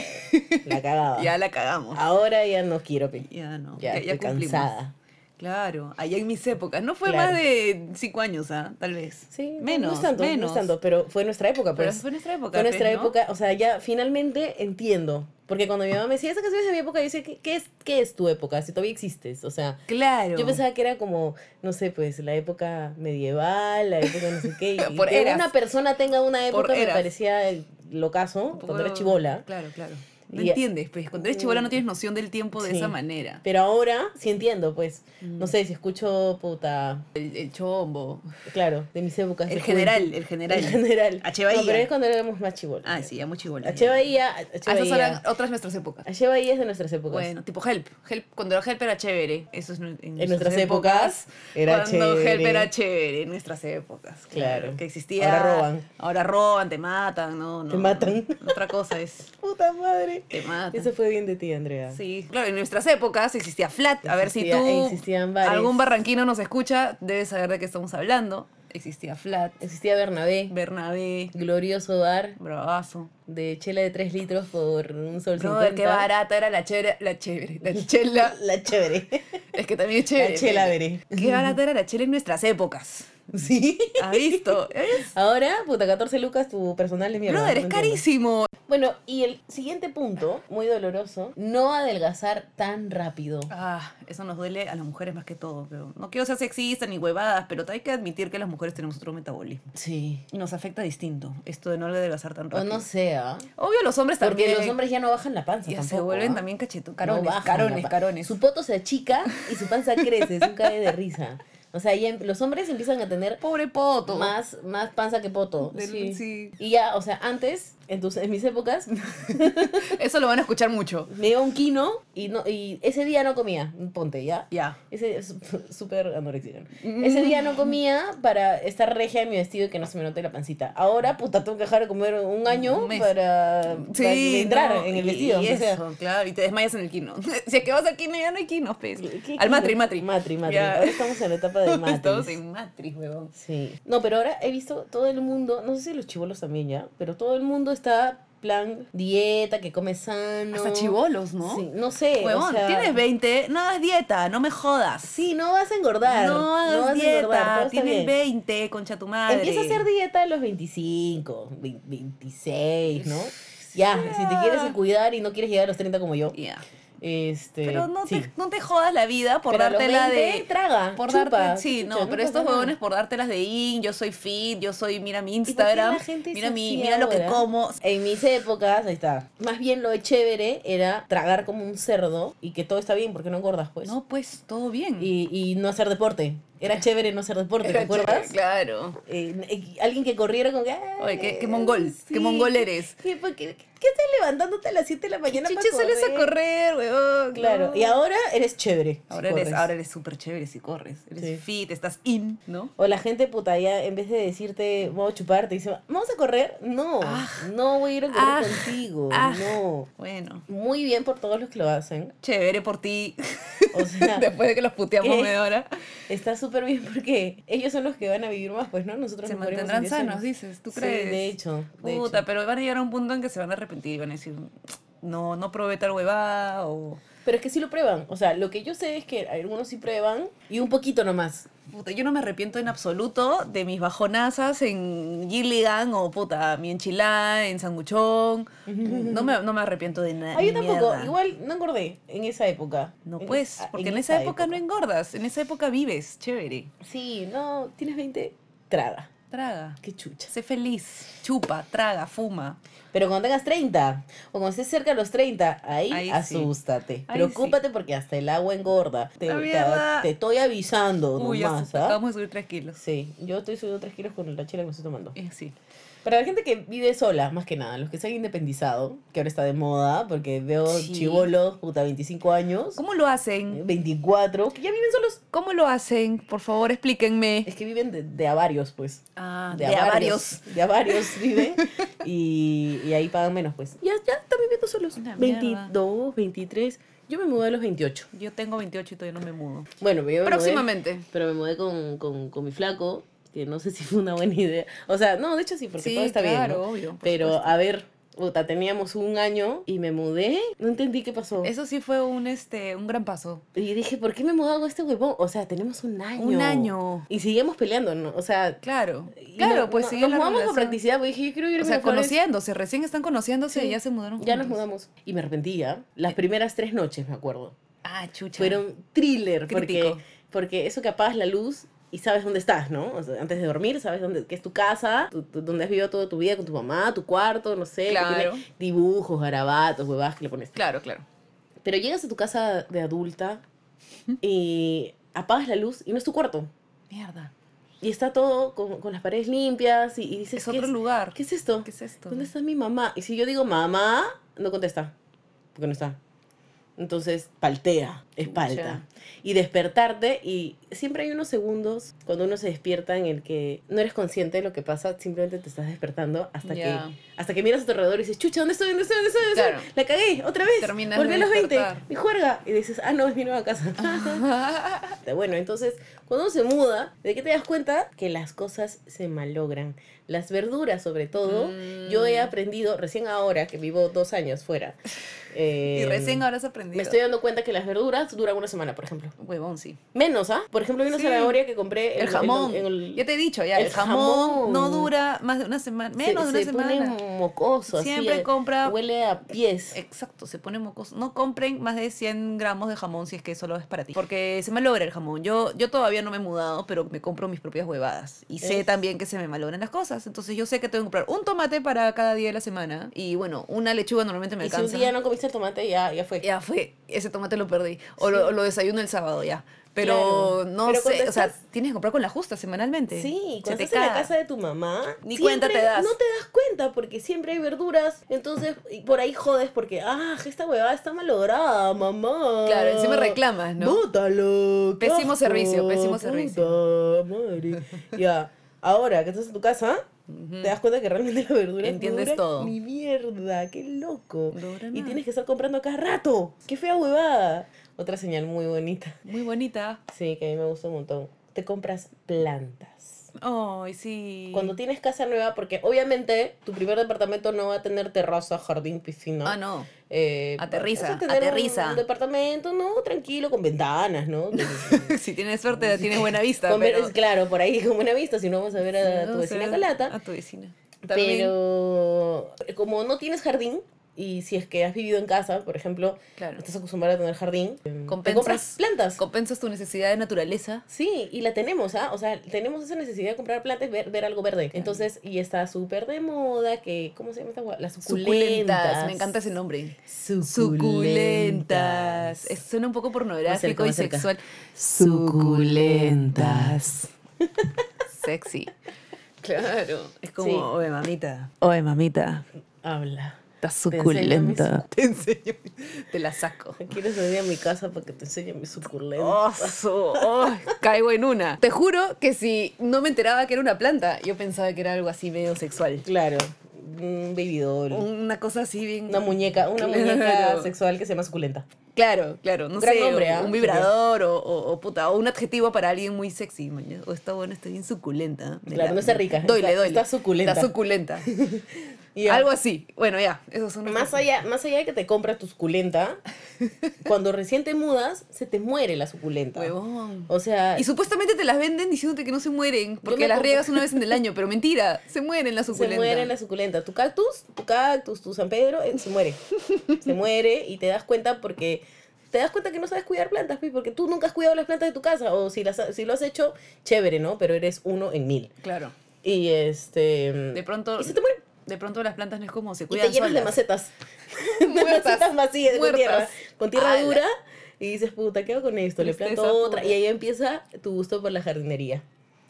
Speaker 4: la cagaba.
Speaker 3: Ya la cagamos.
Speaker 4: Ahora ya no quiero. pe.
Speaker 3: Ya no.
Speaker 4: Ya, estoy cansada.
Speaker 3: Claro, allá en mis épocas. No fue
Speaker 4: Claro.
Speaker 3: más de cinco años, ¿ah? Tal vez.
Speaker 4: Sí, no,
Speaker 3: menos.
Speaker 4: no es tanto,
Speaker 3: menos.
Speaker 4: no es tanto, pero fue nuestra época,
Speaker 3: Pero
Speaker 4: pues.
Speaker 3: fue nuestra época.
Speaker 4: Fue nuestra
Speaker 3: pues, ¿no?
Speaker 4: época, o sea, ya finalmente entiendo. Porque cuando mi mamá me decía, esa canción es de mi época, yo decía, ¿qué, qué es, ¿qué es tu época? Si todavía existes, o sea.
Speaker 3: Claro.
Speaker 4: Yo pensaba que era como, no sé, pues la época medieval, la época no sé qué. y
Speaker 3: Por
Speaker 4: que
Speaker 3: eras.
Speaker 4: una persona tenga una
Speaker 3: Por
Speaker 4: época me
Speaker 3: eras.
Speaker 4: parecía el locazo,
Speaker 3: Un poco-
Speaker 4: cuando era chibola.
Speaker 3: Claro, claro. No
Speaker 4: Y-
Speaker 3: entiendes, pues cuando eres chivola no tienes noción del tiempo de
Speaker 4: Sí.
Speaker 3: esa manera.
Speaker 4: Pero ahora sí entiendo, pues, no
Speaker 3: Mm.
Speaker 4: sé, si escucho puta,
Speaker 3: El, el chombo.
Speaker 4: claro, de mis épocas. de
Speaker 3: El general,
Speaker 4: juventud.
Speaker 3: el general.
Speaker 4: El general.
Speaker 3: H. Bahía.
Speaker 4: No, pero es cuando éramos más chibola.
Speaker 3: Ah, sí, ya muy chivola.
Speaker 4: H. Bahía, H.
Speaker 3: Ah, esas
Speaker 4: Bahía.
Speaker 3: eran otras nuestras épocas.
Speaker 4: H. Bahía es de nuestras épocas.
Speaker 3: Bueno, tipo Help. Help. Cuando era Help era chévere. Eso es nu- en,
Speaker 4: en nuestras épocas era
Speaker 3: cuando
Speaker 4: chévere.
Speaker 3: Help era chévere, en nuestras épocas. Claro.
Speaker 4: Claro.
Speaker 3: Que existía.
Speaker 4: Ahora roban.
Speaker 3: Ahora roban, te matan, no, no.
Speaker 4: Te matan.
Speaker 3: Otra cosa es.
Speaker 4: Puta madre.
Speaker 3: Te matan.
Speaker 4: Eso fue bien de ti, Andrea.
Speaker 3: Sí, claro, en nuestras épocas existía Flat. A ver si
Speaker 4: Existía-
Speaker 3: tú,
Speaker 4: existían bares.
Speaker 3: algún barranquino nos escucha, debes saber de qué estamos hablando. Existía Flat,
Speaker 4: Existía Bernabé,
Speaker 3: Bernabé,
Speaker 4: glorioso bar
Speaker 3: Bravazo.
Speaker 4: de chela de 3 litros por un sol
Speaker 3: Brother,
Speaker 4: 50.
Speaker 3: qué barata era la chévere, la chévere, la chela.
Speaker 4: La chévere.
Speaker 3: Es que también es chévere.
Speaker 4: La chela, veré.
Speaker 3: Qué barata era la chela en nuestras épocas.
Speaker 4: Sí.
Speaker 3: ¿Has visto? Es...
Speaker 4: Ahora, puta, 14 lucas tu personal de mierda.
Speaker 3: Brother, es
Speaker 4: no entiendo.
Speaker 3: carísimo.
Speaker 4: Bueno, y el siguiente punto, muy doloroso, no adelgazar tan rápido.
Speaker 3: Ah, eso nos duele a las mujeres más que todo. Pero no quiero ser sexista ni huevadas, pero hay que admitir que las mujeres tenemos otro metabolismo.
Speaker 4: Sí.
Speaker 3: Nos afecta distinto esto de no adelgazar tan
Speaker 4: O
Speaker 3: rápido.
Speaker 4: no sea.
Speaker 3: Obvio, los hombres
Speaker 4: Porque
Speaker 3: también. eh,
Speaker 4: los hombres ya no bajan la panza
Speaker 3: ya
Speaker 4: tampoco.
Speaker 3: se vuelven
Speaker 4: ¿ah?
Speaker 3: también cachetos.
Speaker 4: No
Speaker 3: Carones,
Speaker 4: bajan
Speaker 3: carones,
Speaker 4: la pa-
Speaker 3: carones.
Speaker 4: Su poto se achica y su panza crece, es un cae de risa. O sea, ya em- los hombres empiezan a tener
Speaker 3: Pobre poto.
Speaker 4: más, más panza que poto.
Speaker 3: Del-
Speaker 4: sí.
Speaker 3: sí.
Speaker 4: Y ya, o sea, antes, en, tus- en mis épocas,
Speaker 3: Eso lo van a escuchar mucho.
Speaker 4: me iba a un kino y, no, y ese día no comía, ponte, ya.
Speaker 3: Ya.
Speaker 4: Ese es súper anorexica. ¿no? Ese día no comía para estar regia en mi vestido y que no se me note la pancita. Ahora, puta, tengo que dejar de comer un año
Speaker 3: Un mes.
Speaker 4: para, para
Speaker 3: no,
Speaker 4: entrar en el
Speaker 3: y-
Speaker 4: vestido.
Speaker 3: Y
Speaker 4: o sea.
Speaker 3: eso, claro, y te desmayas en el kino. si es que vas al kino ya no hay kino, pues.
Speaker 4: ¿Qué-
Speaker 3: Al
Speaker 4: qué-
Speaker 3: matri, matri.
Speaker 4: Matri, matri.
Speaker 3: Ya.
Speaker 4: Ahora estamos en la etapa de matri.
Speaker 3: Estamos en matri, huevón.
Speaker 4: Sí. No, pero ahora he visto todo el mundo, no sé si los chivolos también ya, pero todo el mundo está plan dieta, que come sano.
Speaker 3: Hasta chivolos, ¿no?
Speaker 4: Sí, no sé. o
Speaker 3: Huevón,
Speaker 4: sea,
Speaker 3: tienes 20, no hagas dieta, no me jodas.
Speaker 4: Sí, no vas a engordar.
Speaker 3: no hagas
Speaker 4: vas a engordar, todo
Speaker 3: dieta,
Speaker 4: está
Speaker 3: tienes
Speaker 4: bien.
Speaker 3: 20, concha tu madre.
Speaker 4: Empieza a hacer dieta a los 25, vein- 26, ¿no? Ya, si te quieres cuidar y no quieres llegar a los 30 como yo,
Speaker 3: Ya.
Speaker 4: este...
Speaker 3: Pero no,
Speaker 4: sí.
Speaker 3: te, no te jodas la vida por
Speaker 4: Pero a los
Speaker 3: dártela
Speaker 4: 20,
Speaker 3: de.
Speaker 4: traga,
Speaker 3: Por
Speaker 4: chupa,
Speaker 3: darte, sí,
Speaker 4: chucha,
Speaker 3: no, pero
Speaker 4: pasa
Speaker 3: estos
Speaker 4: nada.
Speaker 3: huevones por dártelas de in, yo soy fit, yo soy, mira mi
Speaker 4: ¿Y por qué la
Speaker 3: Instagram,
Speaker 4: gente es
Speaker 3: mira mi,
Speaker 4: así
Speaker 3: mira lo que
Speaker 4: ahora?
Speaker 3: como.
Speaker 4: En mis épocas, ahí está. Más bien lo de chévere era tragar como un cerdo y que todo está bien porque no engordas, pues.
Speaker 3: No, pues, todo bien.
Speaker 4: Y, y no hacer deporte. Era chévere no hacer deporte, ¿te acuerdas?
Speaker 3: Claro.
Speaker 4: Eh, eh, alguien que corriera con que. "Ah, eh, "Ay,
Speaker 3: Oye, qué- qué mongol, qué mongol eres".
Speaker 4: ¿Qué, por qué- qué estás levantándote a las 7 de la mañana? para
Speaker 3: Chiche, sales a correr, huevón.
Speaker 4: Claro.
Speaker 3: no.
Speaker 4: Y ahora eres chévere. si
Speaker 3: Ahora eres,
Speaker 4: corres.
Speaker 3: ahora eres súper chévere si corres. Eres
Speaker 4: Sí.
Speaker 3: fit, estás in, ¿no?
Speaker 4: O la gente puta ya, en vez de decirte, vamos a chupar, te dice, vamos a correr. No,
Speaker 3: Ah.
Speaker 4: no voy a ir a correr
Speaker 3: Ah.
Speaker 4: contigo.
Speaker 3: Ah.
Speaker 4: No.
Speaker 3: Bueno.
Speaker 4: Muy bien por todos los que lo hacen.
Speaker 3: Chévere por ti.
Speaker 4: O sea,
Speaker 3: Después de que los puteamos
Speaker 4: ¿Qué?
Speaker 3: media hora.
Speaker 4: está súper bien porque ellos son los que van a vivir más, pues, ¿no? Nosotros
Speaker 3: Se
Speaker 4: nos moriremos
Speaker 3: mantendrán
Speaker 4: en 10
Speaker 3: sanos,
Speaker 4: años.
Speaker 3: dices. ¿Tú
Speaker 4: Sí,
Speaker 3: crees?
Speaker 4: de hecho. de
Speaker 3: Puta,
Speaker 4: hecho.
Speaker 3: pero van a llegar a un punto en que se van a arrepentir y van a decir, no, no probé tal huevada o...
Speaker 4: Pero es que sí lo prueban. O sea, lo que yo sé es que algunos sí prueban y un poquito nomás.
Speaker 3: Puta, yo no me arrepiento en absoluto de mis bajonazas en Gilligan o puta, mi enchilada en Sanguchón. No me, no me arrepiento de nada.
Speaker 4: Ah, yo tampoco.
Speaker 3: mierda.
Speaker 4: Igual no engordé en esa época.
Speaker 3: No
Speaker 4: En-
Speaker 3: pues,
Speaker 4: ah,
Speaker 3: porque en, esa época, no engordas, en esa época vives, chévere.
Speaker 4: Sí, no, tienes 20, traga.
Speaker 3: Traga,
Speaker 4: Qué chucha.
Speaker 3: sé feliz, chupa, traga, fuma.
Speaker 4: Pero cuando tengas 30 o cuando estés cerca de los 30, ahí,
Speaker 3: Ahí sí.
Speaker 4: asústate.
Speaker 3: Ahí
Speaker 4: Preocúpate porque hasta el agua engorda. Te,
Speaker 3: La
Speaker 4: te-
Speaker 3: mierda.
Speaker 4: te estoy avisando
Speaker 3: Uy, ya
Speaker 4: nomás,
Speaker 3: se-
Speaker 4: ¿ah?
Speaker 3: acabamos de subir tres kilos.
Speaker 4: Sí, yo estoy subiendo 3 kilos con la chela que me estoy tomando.
Speaker 3: Eh, sí.
Speaker 4: Para la gente que vive sola, más que nada, los que se han independizado, que ahora está de moda, porque veo
Speaker 3: Sí.
Speaker 4: chivolos, puta, 25 años,
Speaker 3: ¿Cómo lo hacen?
Speaker 4: 24, que ya viven solos.
Speaker 3: ¿Cómo lo hacen? Por favor, explíquenme.
Speaker 4: Es que viven de, de a varios, pues.
Speaker 3: Ah,
Speaker 4: De a varios viven. y, y ahí pagan menos, pues. Ya, ya están viviendo solos.
Speaker 3: Una mierda.
Speaker 4: 22, 23. Yo me mudé a los 28.
Speaker 3: Yo tengo 28 y todavía no me mudo.
Speaker 4: Bueno, yo me mudé-
Speaker 3: Próximamente.
Speaker 4: pero me mudé con, con, con mi flaco, que no sé si fue una buena idea. O sea, no, de hecho sí, porque
Speaker 3: Sí,
Speaker 4: todo está bien.
Speaker 3: claro,
Speaker 4: ¿no?
Speaker 3: obvio, por
Speaker 4: Pero
Speaker 3: supuesto.
Speaker 4: a ver, puta, teníamos un año y me mudé. No entendí qué pasó.
Speaker 3: Eso sí fue un, este, un gran paso.
Speaker 4: Y dije, ¿por qué me he mudado con este huevón? O sea, tenemos un año.
Speaker 3: Un año.
Speaker 4: Y seguíamos peleando, ¿no? O sea,
Speaker 3: Claro.
Speaker 4: y
Speaker 3: Claro,
Speaker 4: no-
Speaker 3: pues
Speaker 4: no-
Speaker 3: sí.
Speaker 4: Nos mudamos con practicidad, porque dije, yo quiero irme
Speaker 3: O sea,
Speaker 4: a Flores.
Speaker 3: conociéndose, recién están conociéndose y ya se mudaron.
Speaker 4: Ya nos
Speaker 3: juntos.
Speaker 4: mudamos. Y me arrepentía.
Speaker 3: Eh,
Speaker 4: Las primeras tres noches, me acuerdo.
Speaker 3: Ah, chucha.
Speaker 4: Fueron thriller, porque,
Speaker 3: Crítico.
Speaker 4: porque eso que apagas la luz y sabes dónde estás, ¿no? O sea, antes de dormir, sabes dónde que es tu casa, tu- tu- donde has vivido toda tu vida con tu mamá, tu cuarto, no sé, que tiene
Speaker 3: Claro.
Speaker 4: dibujos, garabatos, huevadas que le pones.
Speaker 3: Claro, claro.
Speaker 4: Pero llegas a tu casa de adulta y apagas la luz y no es tu cuarto.
Speaker 3: Mierda.
Speaker 4: Y está todo con, con las paredes limpias y, y dices,
Speaker 3: Es
Speaker 4: ¿qué
Speaker 3: otro
Speaker 4: es-
Speaker 3: lugar.
Speaker 4: ¿Qué es esto?
Speaker 3: ¿Qué es esto?
Speaker 4: ¿Dónde Pues, está mi mamá? Y si yo digo mamá, no contesta. Porque no está. Entonces, paltea, espalda. Y despertarte, y siempre hay unos segundos cuando uno se despierta en el que no eres consciente de lo que pasa, simplemente te estás despertando hasta
Speaker 3: Ya.
Speaker 4: que hasta que miras a tu alrededor y dices, chucha, ¿dónde estoy? ¿Dónde estoy? ¿Dónde estoy? ¿Dónde estoy?
Speaker 3: Claro.
Speaker 4: La cagué, otra vez.
Speaker 3: Terminas
Speaker 4: Volví
Speaker 3: de
Speaker 4: a los 20,
Speaker 3: despertar.
Speaker 4: mi juerga. Y dices, ah, no, es mi nueva casa. bueno, entonces, Cuando uno se muda, ¿de qué te das cuenta? Que las cosas se malogran. Las verduras, sobre todo.
Speaker 3: Mm.
Speaker 4: Yo he aprendido, recién ahora, que vivo dos años fuera.
Speaker 3: Y
Speaker 4: eh,
Speaker 3: recién ahora has aprendido.
Speaker 4: Me estoy dando cuenta que las verduras duran una semana, por ejemplo.
Speaker 3: Huevón, sí.
Speaker 4: Menos, ¿ah? Por ejemplo, hay una
Speaker 3: Sí.
Speaker 4: zanahoria que compré.
Speaker 3: El jamón.
Speaker 4: en el-
Speaker 3: ya te he dicho, ya. El,
Speaker 4: el
Speaker 3: jamón,
Speaker 4: jamón.
Speaker 3: no dura más de una semana.
Speaker 4: se-
Speaker 3: Menos de una
Speaker 4: se pone
Speaker 3: semana.
Speaker 4: mocoso, así,
Speaker 3: Siempre
Speaker 4: eh,
Speaker 3: compra. Eh,
Speaker 4: Huele a pies.
Speaker 3: Exacto, se pone mocoso. No compren más de 100 gramos de jamón si es que solo es para ti. Porque se malogra el jamón. Yo, yo todavía no me he mudado, pero me compro mis propias huevadas. Y sé
Speaker 4: Es-
Speaker 3: también que se me malogran las cosas. Entonces yo sé que tengo que comprar un tomate para cada día de la semana. Y bueno, una lechuga normalmente me
Speaker 4: Y si
Speaker 3: alcanza.
Speaker 4: un día no comiste el tomate, ya, ya fue.
Speaker 3: Ya fue, ese tomate lo perdí. O, lo, o lo desayuno el sábado ya. Pero
Speaker 4: Claro.
Speaker 3: no
Speaker 4: Pero
Speaker 3: sé,
Speaker 4: cuando
Speaker 3: o sea,
Speaker 4: estás-
Speaker 3: tienes que comprar con la justa semanalmente.
Speaker 4: Sí,
Speaker 3: Se
Speaker 4: cuando
Speaker 3: te
Speaker 4: estás en la
Speaker 3: caga.
Speaker 4: casa de tu mamá,
Speaker 3: este, Ni
Speaker 4: siempre
Speaker 3: cuenta te das.
Speaker 4: No te das cuenta porque siempre hay verduras, entonces y por ahí jodes porque, ah, esta huevada está malograda, mamá.
Speaker 3: Claro, encima reclamas, ¿no?
Speaker 4: Bótalo. qué
Speaker 3: Pésimo
Speaker 4: asco,
Speaker 3: servicio, pésimo
Speaker 4: puta
Speaker 3: servicio.
Speaker 4: madre. ya, ahora que estás en tu casa, te das cuenta que realmente la verdura
Speaker 3: Entiendes todo.
Speaker 4: Mi mierda, qué loco.
Speaker 3: Dura
Speaker 4: Y
Speaker 3: nada.
Speaker 4: tienes que estar comprando cada rato. Qué fea huevada. Otra señal muy bonita.
Speaker 3: Muy bonita.
Speaker 4: Sí, que a mí me gusta un montón. Te compras plantas.
Speaker 3: Ay, sí.
Speaker 4: Cuando tienes casa nueva, porque obviamente tu primer departamento no va a tener terraza, jardín, piscina.
Speaker 3: Ah, no.
Speaker 4: Eh,
Speaker 3: Aterriza,
Speaker 4: vas a tener un-
Speaker 3: aterriza.
Speaker 4: Un, departamento, no, tranquilo, con ventanas, ¿no?
Speaker 3: si tienes suerte, tienes buena vista.
Speaker 4: Con ver-
Speaker 3: pero...
Speaker 4: Claro, por ahí como una vista, si no vamos a ver a tu
Speaker 3: No
Speaker 4: vecina
Speaker 3: sé, Ah,
Speaker 4: Calata.
Speaker 3: A tu vecina. También,
Speaker 4: Pero como no tienes jardín, y si es que has vivido en casa, por ejemplo,
Speaker 3: claro,
Speaker 4: estás acostumbrada a tener jardín, eh, te
Speaker 3: Compensas-
Speaker 4: compras plantas.
Speaker 3: compensas tu necesidad de naturaleza.
Speaker 4: Sí, y la tenemos, ¿ah? O sea, tenemos esa necesidad de comprar plantas, ver, ver algo verde. Entonces, y está súper de moda, que, ¿cómo se llama esta hueá? Las suculentas.
Speaker 3: Suculentas. Me encanta ese nombre.
Speaker 4: Suculentas.
Speaker 3: Suculentas. Es- suena un poco pornográfico
Speaker 4: cerca,
Speaker 3: y
Speaker 4: más cerca.
Speaker 3: sexual. Suculentas. Sexy. Claro. Es como,
Speaker 4: Sí.
Speaker 3: oye, mamita. Oye, mamita.
Speaker 4: Habla.
Speaker 3: Estás
Speaker 4: Te enseño mis-
Speaker 3: suculenta. Te enseño. Te la saco.
Speaker 4: ¿Quieres venir a mi casa para que te enseñe mi suculenta?
Speaker 3: Oso, oh, caigo en una. Te juro que si no me enteraba que era una planta, yo pensaba que era algo así medio sexual.
Speaker 4: Claro, un baby doll.
Speaker 3: Una cosa así bien.
Speaker 4: Una muñeca, una muñeca
Speaker 3: Claro.
Speaker 4: sexual que se llama suculenta.
Speaker 3: Claro, claro. No
Speaker 4: Gran
Speaker 3: sé,
Speaker 4: nombre,
Speaker 3: o
Speaker 4: ¿ah?
Speaker 3: un vibrador o, o- o puta, o un adjetivo para alguien muy sexy. maña. O está bueno, está bien suculenta. ¿ah? Me
Speaker 4: Claro,
Speaker 3: la-
Speaker 4: no está rica,
Speaker 3: Doyle,
Speaker 4: está-
Speaker 3: doyle.
Speaker 4: está suculenta.
Speaker 3: Está suculenta.
Speaker 4: Y ya.
Speaker 3: Algo así. Bueno, ya. Esos son los-
Speaker 4: Más allá, más allá de que te compras tu suculenta, cuando recién te mudas, se te muere la suculenta.
Speaker 3: Huevón.
Speaker 4: O sea,
Speaker 3: Y supuestamente te las venden diciéndote que no se mueren, porque
Speaker 4: me
Speaker 3: las
Speaker 4: compré-
Speaker 3: riegas una vez en el año, pero mentira, se mueren las
Speaker 4: se
Speaker 3: suculentas.
Speaker 4: muere la suculenta. Tu cactus, tu cactus, tu San Pedro, eh, se muere. se muere y te das cuenta porque te das cuenta que no sabes cuidar plantas, pues, porque tú nunca has cuidado las plantas de tu casa. O si, las, ha- si lo has hecho, chévere, ¿no? Pero eres uno en mil.
Speaker 3: Claro.
Speaker 4: Y este.
Speaker 3: De pronto,
Speaker 4: Y se te muere.
Speaker 3: de pronto las plantas no es como se
Speaker 4: Y
Speaker 3: cuidan
Speaker 4: te llenas de
Speaker 3: solas.
Speaker 4: macetas. de
Speaker 3: Muertas,
Speaker 4: macetas vacías, con
Speaker 3: muertas.
Speaker 4: tierra. Con tierra
Speaker 3: Ala.
Speaker 4: dura. Y dices, puta, ¿qué hago con esto? Le
Speaker 3: Tristeza
Speaker 4: planto
Speaker 3: pura.
Speaker 4: otra.
Speaker 3: Ah,
Speaker 4: Y ahí empieza tu gusto por la jardinería.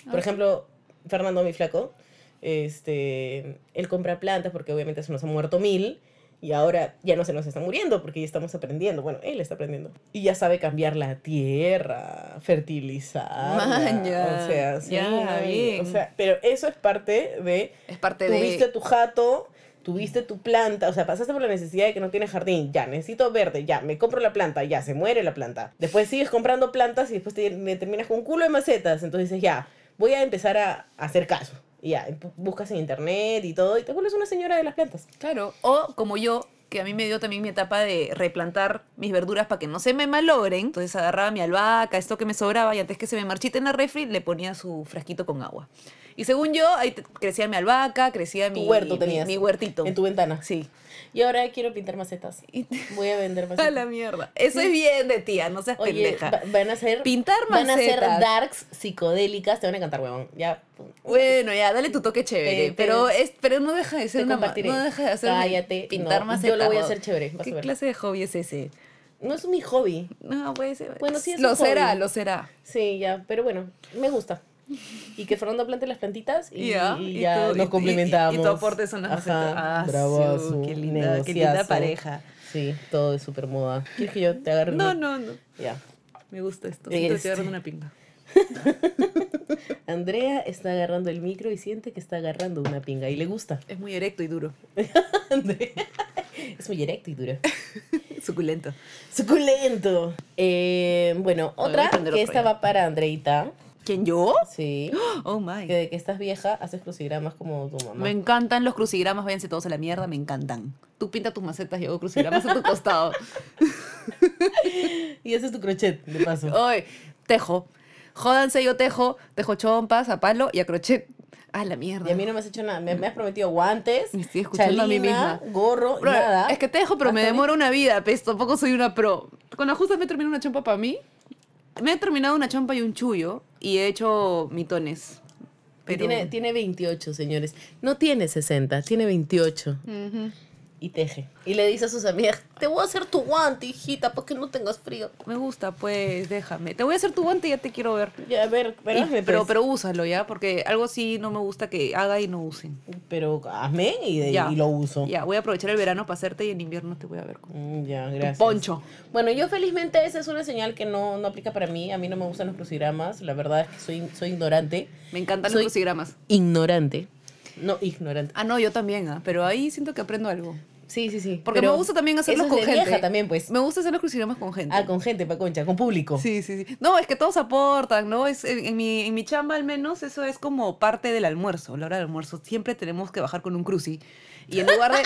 Speaker 4: Por ejemplo, Fernando, mi flaco, este, él compra plantas porque obviamente se nos han muerto mil. Y ahora ya no se nos está muriendo porque ya estamos aprendiendo. Bueno, él está aprendiendo. Y ya sabe cambiar la tierra, fertilizar.
Speaker 3: Maña,
Speaker 4: O sea, sí,
Speaker 3: ya,
Speaker 4: ¿no? Y,
Speaker 3: bien.
Speaker 4: O sea, pero eso es parte de
Speaker 3: Es parte
Speaker 4: tuviste
Speaker 3: de
Speaker 4: tu jato, tuviste tu planta, o sea, pasaste por la necesidad de que no tienes jardín, ya, necesito verde, ya, me compro la planta, ya, se muere la planta. Después sigues comprando plantas y después te, me terminas con un culo de macetas, entonces dices, ya, voy a empezar a, hacer caso. Y ya, bu- buscas en internet y todo, y te vuelves una señora de las plantas.
Speaker 3: Claro, o como yo, que a mí me dio también mi etapa de replantar mis verduras para que no se me malogren. Entonces agarraba mi albahaca, esto que me sobraba, y antes que se me marchite en la refri, le ponía su frasquito con agua. Y según yo, ahí te- crecía mi albahaca, crecía mi,
Speaker 4: Tu huerto
Speaker 3: mi-
Speaker 4: tenías.
Speaker 3: mi huertito.
Speaker 4: En tu ventana.
Speaker 3: Sí.
Speaker 4: Y ahora quiero pintar macetas. Voy a vender
Speaker 3: A la
Speaker 4: macetas.
Speaker 3: mierda. Eso es bien de tía, no seas
Speaker 4: Oye,
Speaker 3: pendeja.
Speaker 4: va- van a ser...
Speaker 3: Pintar
Speaker 4: Van a ser
Speaker 3: macetas.
Speaker 4: darks psicodélicas, te van a encantar, huevón. Ya.
Speaker 3: Bueno, ya, dale tu toque chévere,
Speaker 4: Te- te-
Speaker 3: pero es pero no deja de ser
Speaker 4: eh, te
Speaker 3: una ma-
Speaker 4: compartiré.
Speaker 3: no deja de hacer
Speaker 4: Cállate,
Speaker 3: pintar
Speaker 4: no,
Speaker 3: más
Speaker 4: yo lo voy a hacer chévere, vas a
Speaker 3: ¿Qué
Speaker 4: ver.
Speaker 3: clase de hobby es ese?
Speaker 4: No es mi hobby.
Speaker 3: No, puede ser.
Speaker 4: Bueno, sí es un
Speaker 3: lo
Speaker 4: hobby.
Speaker 3: será, lo será.
Speaker 4: Sí, ya, pero bueno, me gusta. Y que Fernando plante las plantitas y,
Speaker 3: Ya,
Speaker 4: y
Speaker 3: y
Speaker 4: ya
Speaker 3: tú- y- y-
Speaker 4: nos
Speaker 3: y-
Speaker 4: complementamos.
Speaker 3: y tu aporte son las macetas. Ah,
Speaker 4: bravazo,
Speaker 3: su, qué linda- qué linda
Speaker 4: negociazo.
Speaker 3: pareja.
Speaker 4: Sí, todo es súper moda. ¿Quieres que yo te agarre?
Speaker 3: No,
Speaker 4: una?
Speaker 3: no, no.
Speaker 4: Ya.
Speaker 3: Me gusta esto.
Speaker 4: Este.
Speaker 3: Te estoy agarrando una pinga.
Speaker 4: Andrea está agarrando el micro y siente que está agarrando una pinga y le gusta.
Speaker 3: Es muy erecto y duro.
Speaker 4: Andrea es muy erecto y duro.
Speaker 3: Suculento.
Speaker 4: Suculento. Eh, bueno,
Speaker 3: voy a
Speaker 4: otra
Speaker 3: prender
Speaker 4: que
Speaker 3: otro
Speaker 4: esta
Speaker 3: ya.
Speaker 4: va para Andreita.
Speaker 3: ¿Quién yo?
Speaker 4: Sí.
Speaker 3: Oh my.
Speaker 4: Que de que estás vieja, haces crucigramas como tu mamá.
Speaker 3: Me encantan los crucigramas, váyanse todos a la mierda, me encantan. Tú pinta tus macetas, yo hago crucigramas a tu costado.
Speaker 4: Y ese es tu crochet, de paso.
Speaker 3: Hoy, tejo. Jódanse, yo tejo. Tejo chompas, a palo y a crochet. Ah, la mierda.
Speaker 4: Y a mí no me has hecho nada. Me, me has prometido guantes,
Speaker 3: Me estoy escuchando a mí
Speaker 4: chalina,
Speaker 3: misma.
Speaker 4: gorro,
Speaker 3: Bro,
Speaker 4: nada.
Speaker 3: Es que tejo, pero me
Speaker 4: Hasta
Speaker 3: demoro una vida, pues tampoco soy una pro. Cuando justo me terminé una chompa para mí, me he terminado una chompa y un chullo y he hecho mitones.
Speaker 4: Y
Speaker 3: Pero...
Speaker 4: Tiene, tiene 28, señores. No tiene 60, tiene 28.
Speaker 3: Ujú.
Speaker 4: Y teje. Y le dice a sus amigas, te voy a hacer tu guante, hijita, para que no tengas frío.
Speaker 3: Me gusta, pues déjame. Te voy a hacer tu guante y ya te quiero ver.
Speaker 4: Ya, a ver, pero,
Speaker 3: Y-
Speaker 4: hazme,
Speaker 3: pero,
Speaker 4: pues.
Speaker 3: pero úsalo ya, porque algo sí no me gusta que haga y no usen.
Speaker 4: Pero hazme y, de-
Speaker 3: Ya.
Speaker 4: y lo uso.
Speaker 3: Ya, voy a aprovechar el verano para hacerte y en invierno te voy a ver con
Speaker 4: Mm, Ya, gracias.
Speaker 3: poncho.
Speaker 4: Bueno, yo felizmente esa es una señal que no, no aplica para mí. A mí no me gustan los crucigramas. La verdad es que soy, soy ignorante.
Speaker 3: Me encantan
Speaker 4: Soy-
Speaker 3: los crucigramas.
Speaker 4: Ignorante. No, ignorante.
Speaker 3: Ah, no, yo también, ah, pero ahí siento que aprendo algo.
Speaker 4: Sí, sí, sí.
Speaker 3: Porque
Speaker 4: Pero
Speaker 3: me gusta también hacerlos
Speaker 4: eso
Speaker 3: con
Speaker 4: es de
Speaker 3: gente.
Speaker 4: vieja también, pues.
Speaker 3: Me gusta hacer los crucigramas con gente.
Speaker 4: Ah, con gente, pa' concha, con público.
Speaker 3: Sí, sí, sí. No, es que todos aportan, ¿no? Es, en, en mi, en mi chamba al menos eso es como parte del almuerzo, la hora del almuerzo. Siempre tenemos que bajar con un cruci. Y en lugar de,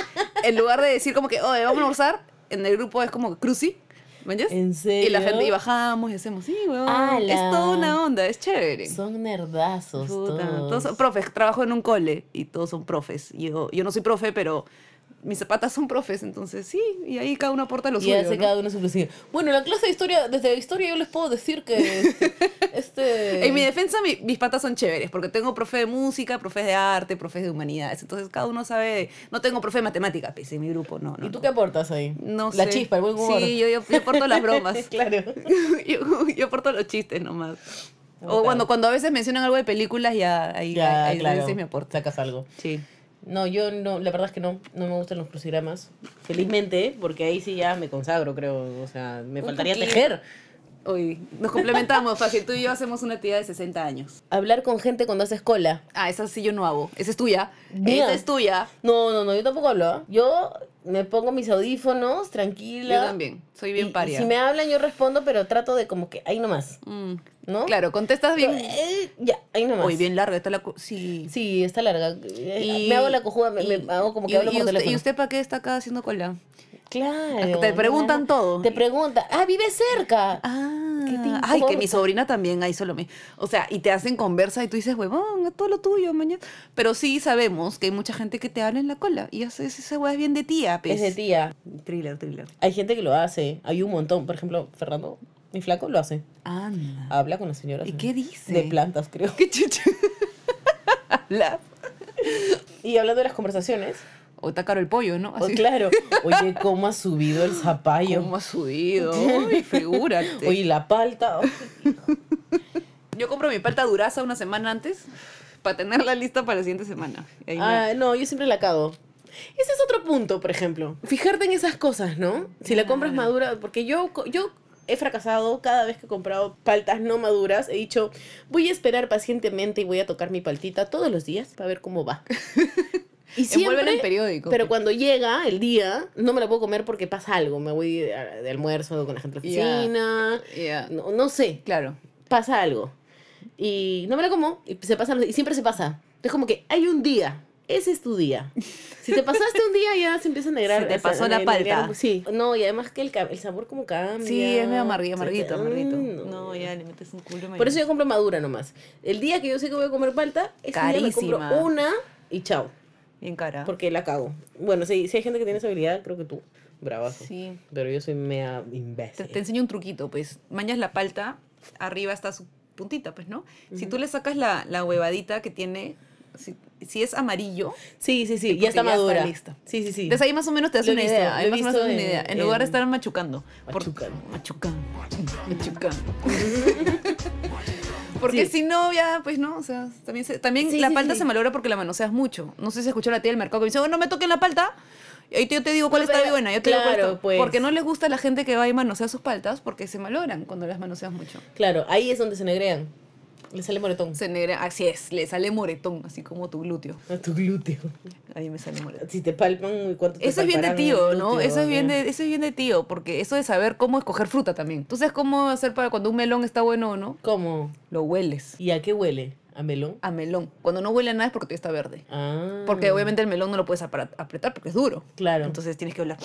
Speaker 3: en lugar de decir como que, oye, vamos a almorzar, en el grupo es como cruci. ¿Me entiendes?
Speaker 4: ¿En serio?
Speaker 3: Y la gente, y bajamos y hacemos, sí, weón.
Speaker 4: ¡Hala!
Speaker 3: Es toda una onda, es chévere.
Speaker 4: Son nerdazos
Speaker 3: Puta,
Speaker 4: todos.
Speaker 3: todos son profes, trabajo en un cole y todos son profes. Yo, yo no soy profe, pero mis zapatas son profes, entonces sí, y ahí cada uno aporta lo
Speaker 4: y
Speaker 3: suyo.
Speaker 4: hace
Speaker 3: ¿no?
Speaker 4: cada uno su crucigrama. Bueno, la clase de historia, desde historia yo les puedo decir que este... este-
Speaker 3: En mi defensa, mi- mis patas son chéveres, porque tengo profe de música, profes de arte, profes de humanidades. Entonces, cada uno sabe. No tengo profe de matemática, pues, en mi grupo, no. no
Speaker 4: ¿Y tú
Speaker 3: no.
Speaker 4: qué aportas ahí?
Speaker 3: No
Speaker 4: La
Speaker 3: sé.
Speaker 4: chispa, el buen humor.
Speaker 3: Sí, yo, yo, yo aporto las bromas.
Speaker 4: claro.
Speaker 3: yo, yo aporto los chistes nomás.
Speaker 4: Puta.
Speaker 3: O cuando, cuando a veces mencionan algo de películas, ya ahí,
Speaker 4: Ya,
Speaker 3: ahí- ahí
Speaker 4: claro.
Speaker 3: sí me aporta.
Speaker 4: Sacas algo.
Speaker 3: Sí.
Speaker 4: No, yo no, la verdad es que no, no me gustan los crucigramas. Felizmente, porque ahí sí ya me consagro, creo. O sea, me
Speaker 3: Un
Speaker 4: faltaría
Speaker 3: poquito.
Speaker 4: tejer.
Speaker 3: Hoy nos complementamos, fácil. Tú y yo hacemos una actividad de 60 años.
Speaker 4: Hablar con gente cuando haces cola.
Speaker 3: Ah, esa sí yo no hago. Esa es tuya.
Speaker 4: Mira.
Speaker 3: Esa es tuya.
Speaker 4: No, no, no, yo tampoco hablo. ¿ah? Yo me pongo mis audífonos, tranquila.
Speaker 3: Yo también. Soy bien
Speaker 4: Y- y
Speaker 3: paria.
Speaker 4: si me hablan, yo respondo, pero trato de como que ahí nomás,
Speaker 3: Mm,
Speaker 4: ¿no?
Speaker 3: Claro, contestas
Speaker 4: Yo,
Speaker 3: bien.
Speaker 4: eh, ya, ahí nomás.
Speaker 3: Hoy bien larga está la... cu- Sí.
Speaker 4: Sí, está larga. Eh, me hago la cojuda, me,
Speaker 3: y-
Speaker 4: me hago como que
Speaker 3: y-
Speaker 4: hablo
Speaker 3: y
Speaker 4: por
Speaker 3: usted-
Speaker 4: teléfono.
Speaker 3: ¿Y usted para qué está acá haciendo cola?
Speaker 4: Claro.
Speaker 3: Te preguntan
Speaker 4: no, no.
Speaker 3: todo.
Speaker 4: Te preguntan, ah, vive cerca.
Speaker 3: Ah,
Speaker 4: ¿Qué te
Speaker 3: ay, que mi
Speaker 4: importa?
Speaker 3: sobrina también ahí solo me... O sea, y te hacen conversa y tú dices, huevón, es todo lo tuyo, mañana. Pero sí sabemos que hay mucha gente que te habla en la cola y hace esa hueá es bien de tía, pues.
Speaker 4: Es de tía.
Speaker 3: Thriller, thriller.
Speaker 4: Hay gente que lo hace. Hay un montón. Por ejemplo, Fernando, mi flaco, lo hace.
Speaker 3: Anda.
Speaker 4: Habla con la señora.
Speaker 3: ¿Y qué dice?
Speaker 4: De plantas, creo.
Speaker 3: ¿Qué chucha? Habla.
Speaker 4: Y hablando de las conversaciones.
Speaker 3: O está caro el pollo, ¿no?
Speaker 4: oh,
Speaker 3: Así
Speaker 4: claro. Oye, ¿cómo ha subido el zapallo?
Speaker 3: Ah, ¿Cómo ha subido? Uy, figúrate.
Speaker 4: Oye, la palta. Ay,
Speaker 3: Yo compro mi palta duraza una semana antes para tenerla lista para la siguiente semana. Y ahí me-
Speaker 4: Ah, no, yo siempre la cago. Ese es otro punto, por ejemplo. Fijarte en esas cosas, ¿no? Si la compras madura, porque yo, co- yo he fracasado cada vez que he comprado paltas no maduras. He dicho, voy a esperar pacientemente y voy a tocar mi paltita todos los días para ver cómo va. Y
Speaker 3: Envuélvela en
Speaker 4: siempre,
Speaker 3: periódico.
Speaker 4: pero cuando llega el día, no me la puedo comer porque pasa algo. Me voy a- de almuerzo con la gente de la
Speaker 3: Ya.
Speaker 4: oficina.
Speaker 3: Ya.
Speaker 4: No, no sé,
Speaker 3: Claro.
Speaker 4: pasa algo. Y no me la como, y se pasa, y siempre se pasa. Es como que hay un día, ese es tu día. Si te pasaste un día, ya se empieza a negrar.
Speaker 3: Se te
Speaker 4: o sea,
Speaker 3: pasó
Speaker 4: a
Speaker 3: la
Speaker 4: negrar
Speaker 3: palta.
Speaker 4: un- Sí, no, y además que el, ca- el sabor como cambia.
Speaker 3: Sí, es medio amarguito,
Speaker 4: Se te-
Speaker 3: amarguito, amarguito.
Speaker 4: Mm,
Speaker 3: No, ya le metes un culo.
Speaker 4: Por eso yo compro madura nomás. El día que yo sé que voy a comer palta, es día me compro
Speaker 3: Carísima.
Speaker 4: una y chao,
Speaker 3: Bien cara.
Speaker 4: porque la cago. Bueno, si, si hay gente que tiene esa habilidad, creo que tú, bravazo.
Speaker 3: Sí.
Speaker 4: Pero yo soy mea
Speaker 3: Te,
Speaker 4: imbécil.
Speaker 3: te enseño un truquito, pues. Mañas la palta, arriba está su puntita, pues, ¿no? Si tú le sacas la, la huevadita que tiene, si, si es amarillo,
Speaker 4: Sí, sí, sí,
Speaker 3: Porque
Speaker 4: ya está
Speaker 3: ya está
Speaker 4: madura.
Speaker 3: lista.
Speaker 4: Sí, sí, sí.
Speaker 3: Entonces ahí más o menos te das
Speaker 4: Lo he
Speaker 3: una
Speaker 4: visto,
Speaker 3: idea.
Speaker 4: lo
Speaker 3: Ahí
Speaker 4: he
Speaker 3: más o menos te das
Speaker 4: visto
Speaker 3: una idea. En
Speaker 4: en-
Speaker 3: lugar de estar machucando.
Speaker 4: Machucando.
Speaker 3: Machucando. Machucando. Porque
Speaker 4: Sí.
Speaker 3: si no, ya, pues no, o sea, también, se- también
Speaker 4: Sí,
Speaker 3: la
Speaker 4: sí,
Speaker 3: palta
Speaker 4: sí.
Speaker 3: se malogra porque la manoseas mucho. No sé si escuchó la tía del mercado que me dice, oh, no me toquen la palta. Y ahí te- yo te digo cuál
Speaker 4: No,
Speaker 3: está
Speaker 4: pero-
Speaker 3: buena, yo te digo cuál
Speaker 4: claro,
Speaker 3: está-
Speaker 4: pues.
Speaker 3: Porque no les gusta a la gente que va y manosea sus paltas porque se malogran cuando las manoseas mucho.
Speaker 4: Claro, ahí es donde se negrean. Le sale moretón.
Speaker 3: Se negra, así es, le sale moretón, así como tu glúteo.
Speaker 4: A tu glúteo.
Speaker 3: A mí me sale moretón.
Speaker 4: Si te palpan, ¿cuánto te
Speaker 3: Eso es bien de
Speaker 4: palparán el
Speaker 3: tío, ¿no?
Speaker 4: glúteo?
Speaker 3: Eso es bien
Speaker 4: Ya.
Speaker 3: de, eso es bien de tío, porque eso de saber cómo escoger fruta también. Tú sabes cómo hacer para cuando un melón está bueno o no,
Speaker 4: ¿Cómo?
Speaker 3: lo hueles
Speaker 4: ¿Y a qué huele? ¿A melón?
Speaker 3: a melón. Cuando no huele a nada es porque todavía está verde.
Speaker 4: Ah.
Speaker 3: Ah, Porque obviamente el melón no lo puedes apra- apretar porque es duro.
Speaker 4: Claro.
Speaker 3: Entonces tienes que hablar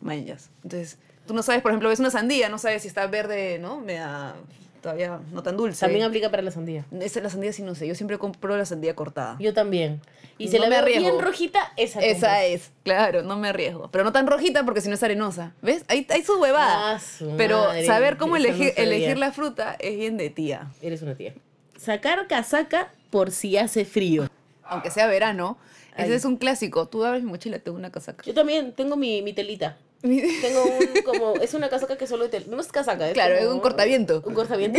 Speaker 3: manillas. Entonces, tú no sabes, por ejemplo, ves una sandía, no sabes si está verde, ¿no? Me da todavía no tan dulce.
Speaker 4: También aplica para la sandía.
Speaker 3: Esa, la sandía sí no sé. Yo siempre compro la sandía cortada.
Speaker 4: Yo también. Y se
Speaker 3: No
Speaker 4: la
Speaker 3: me
Speaker 4: veo
Speaker 3: arriesgo.
Speaker 4: bien rojita, esa
Speaker 3: Esa es, claro, no me arriesgo. Pero no tan rojita porque si no es arenosa. ¿Ves? Hay, hay su huevada.
Speaker 4: Ah, su
Speaker 3: Pero
Speaker 4: madre,
Speaker 3: saber cómo
Speaker 4: esa no
Speaker 3: elegir,
Speaker 4: sabía.
Speaker 3: elegir la fruta es bien de tía.
Speaker 4: Eres una tía. Sacar casaca por si hace frío.
Speaker 3: Aunque sea verano, ese
Speaker 4: Ay.
Speaker 3: es un clásico. Tú abres mi mochila, tengo una casaca.
Speaker 4: Yo también tengo mi, mi telita. Tengo un como. Es una casaca que solo de telita. No es casaca, es
Speaker 3: Claro,
Speaker 4: como
Speaker 3: es un cortaviento.
Speaker 4: Un cortaviento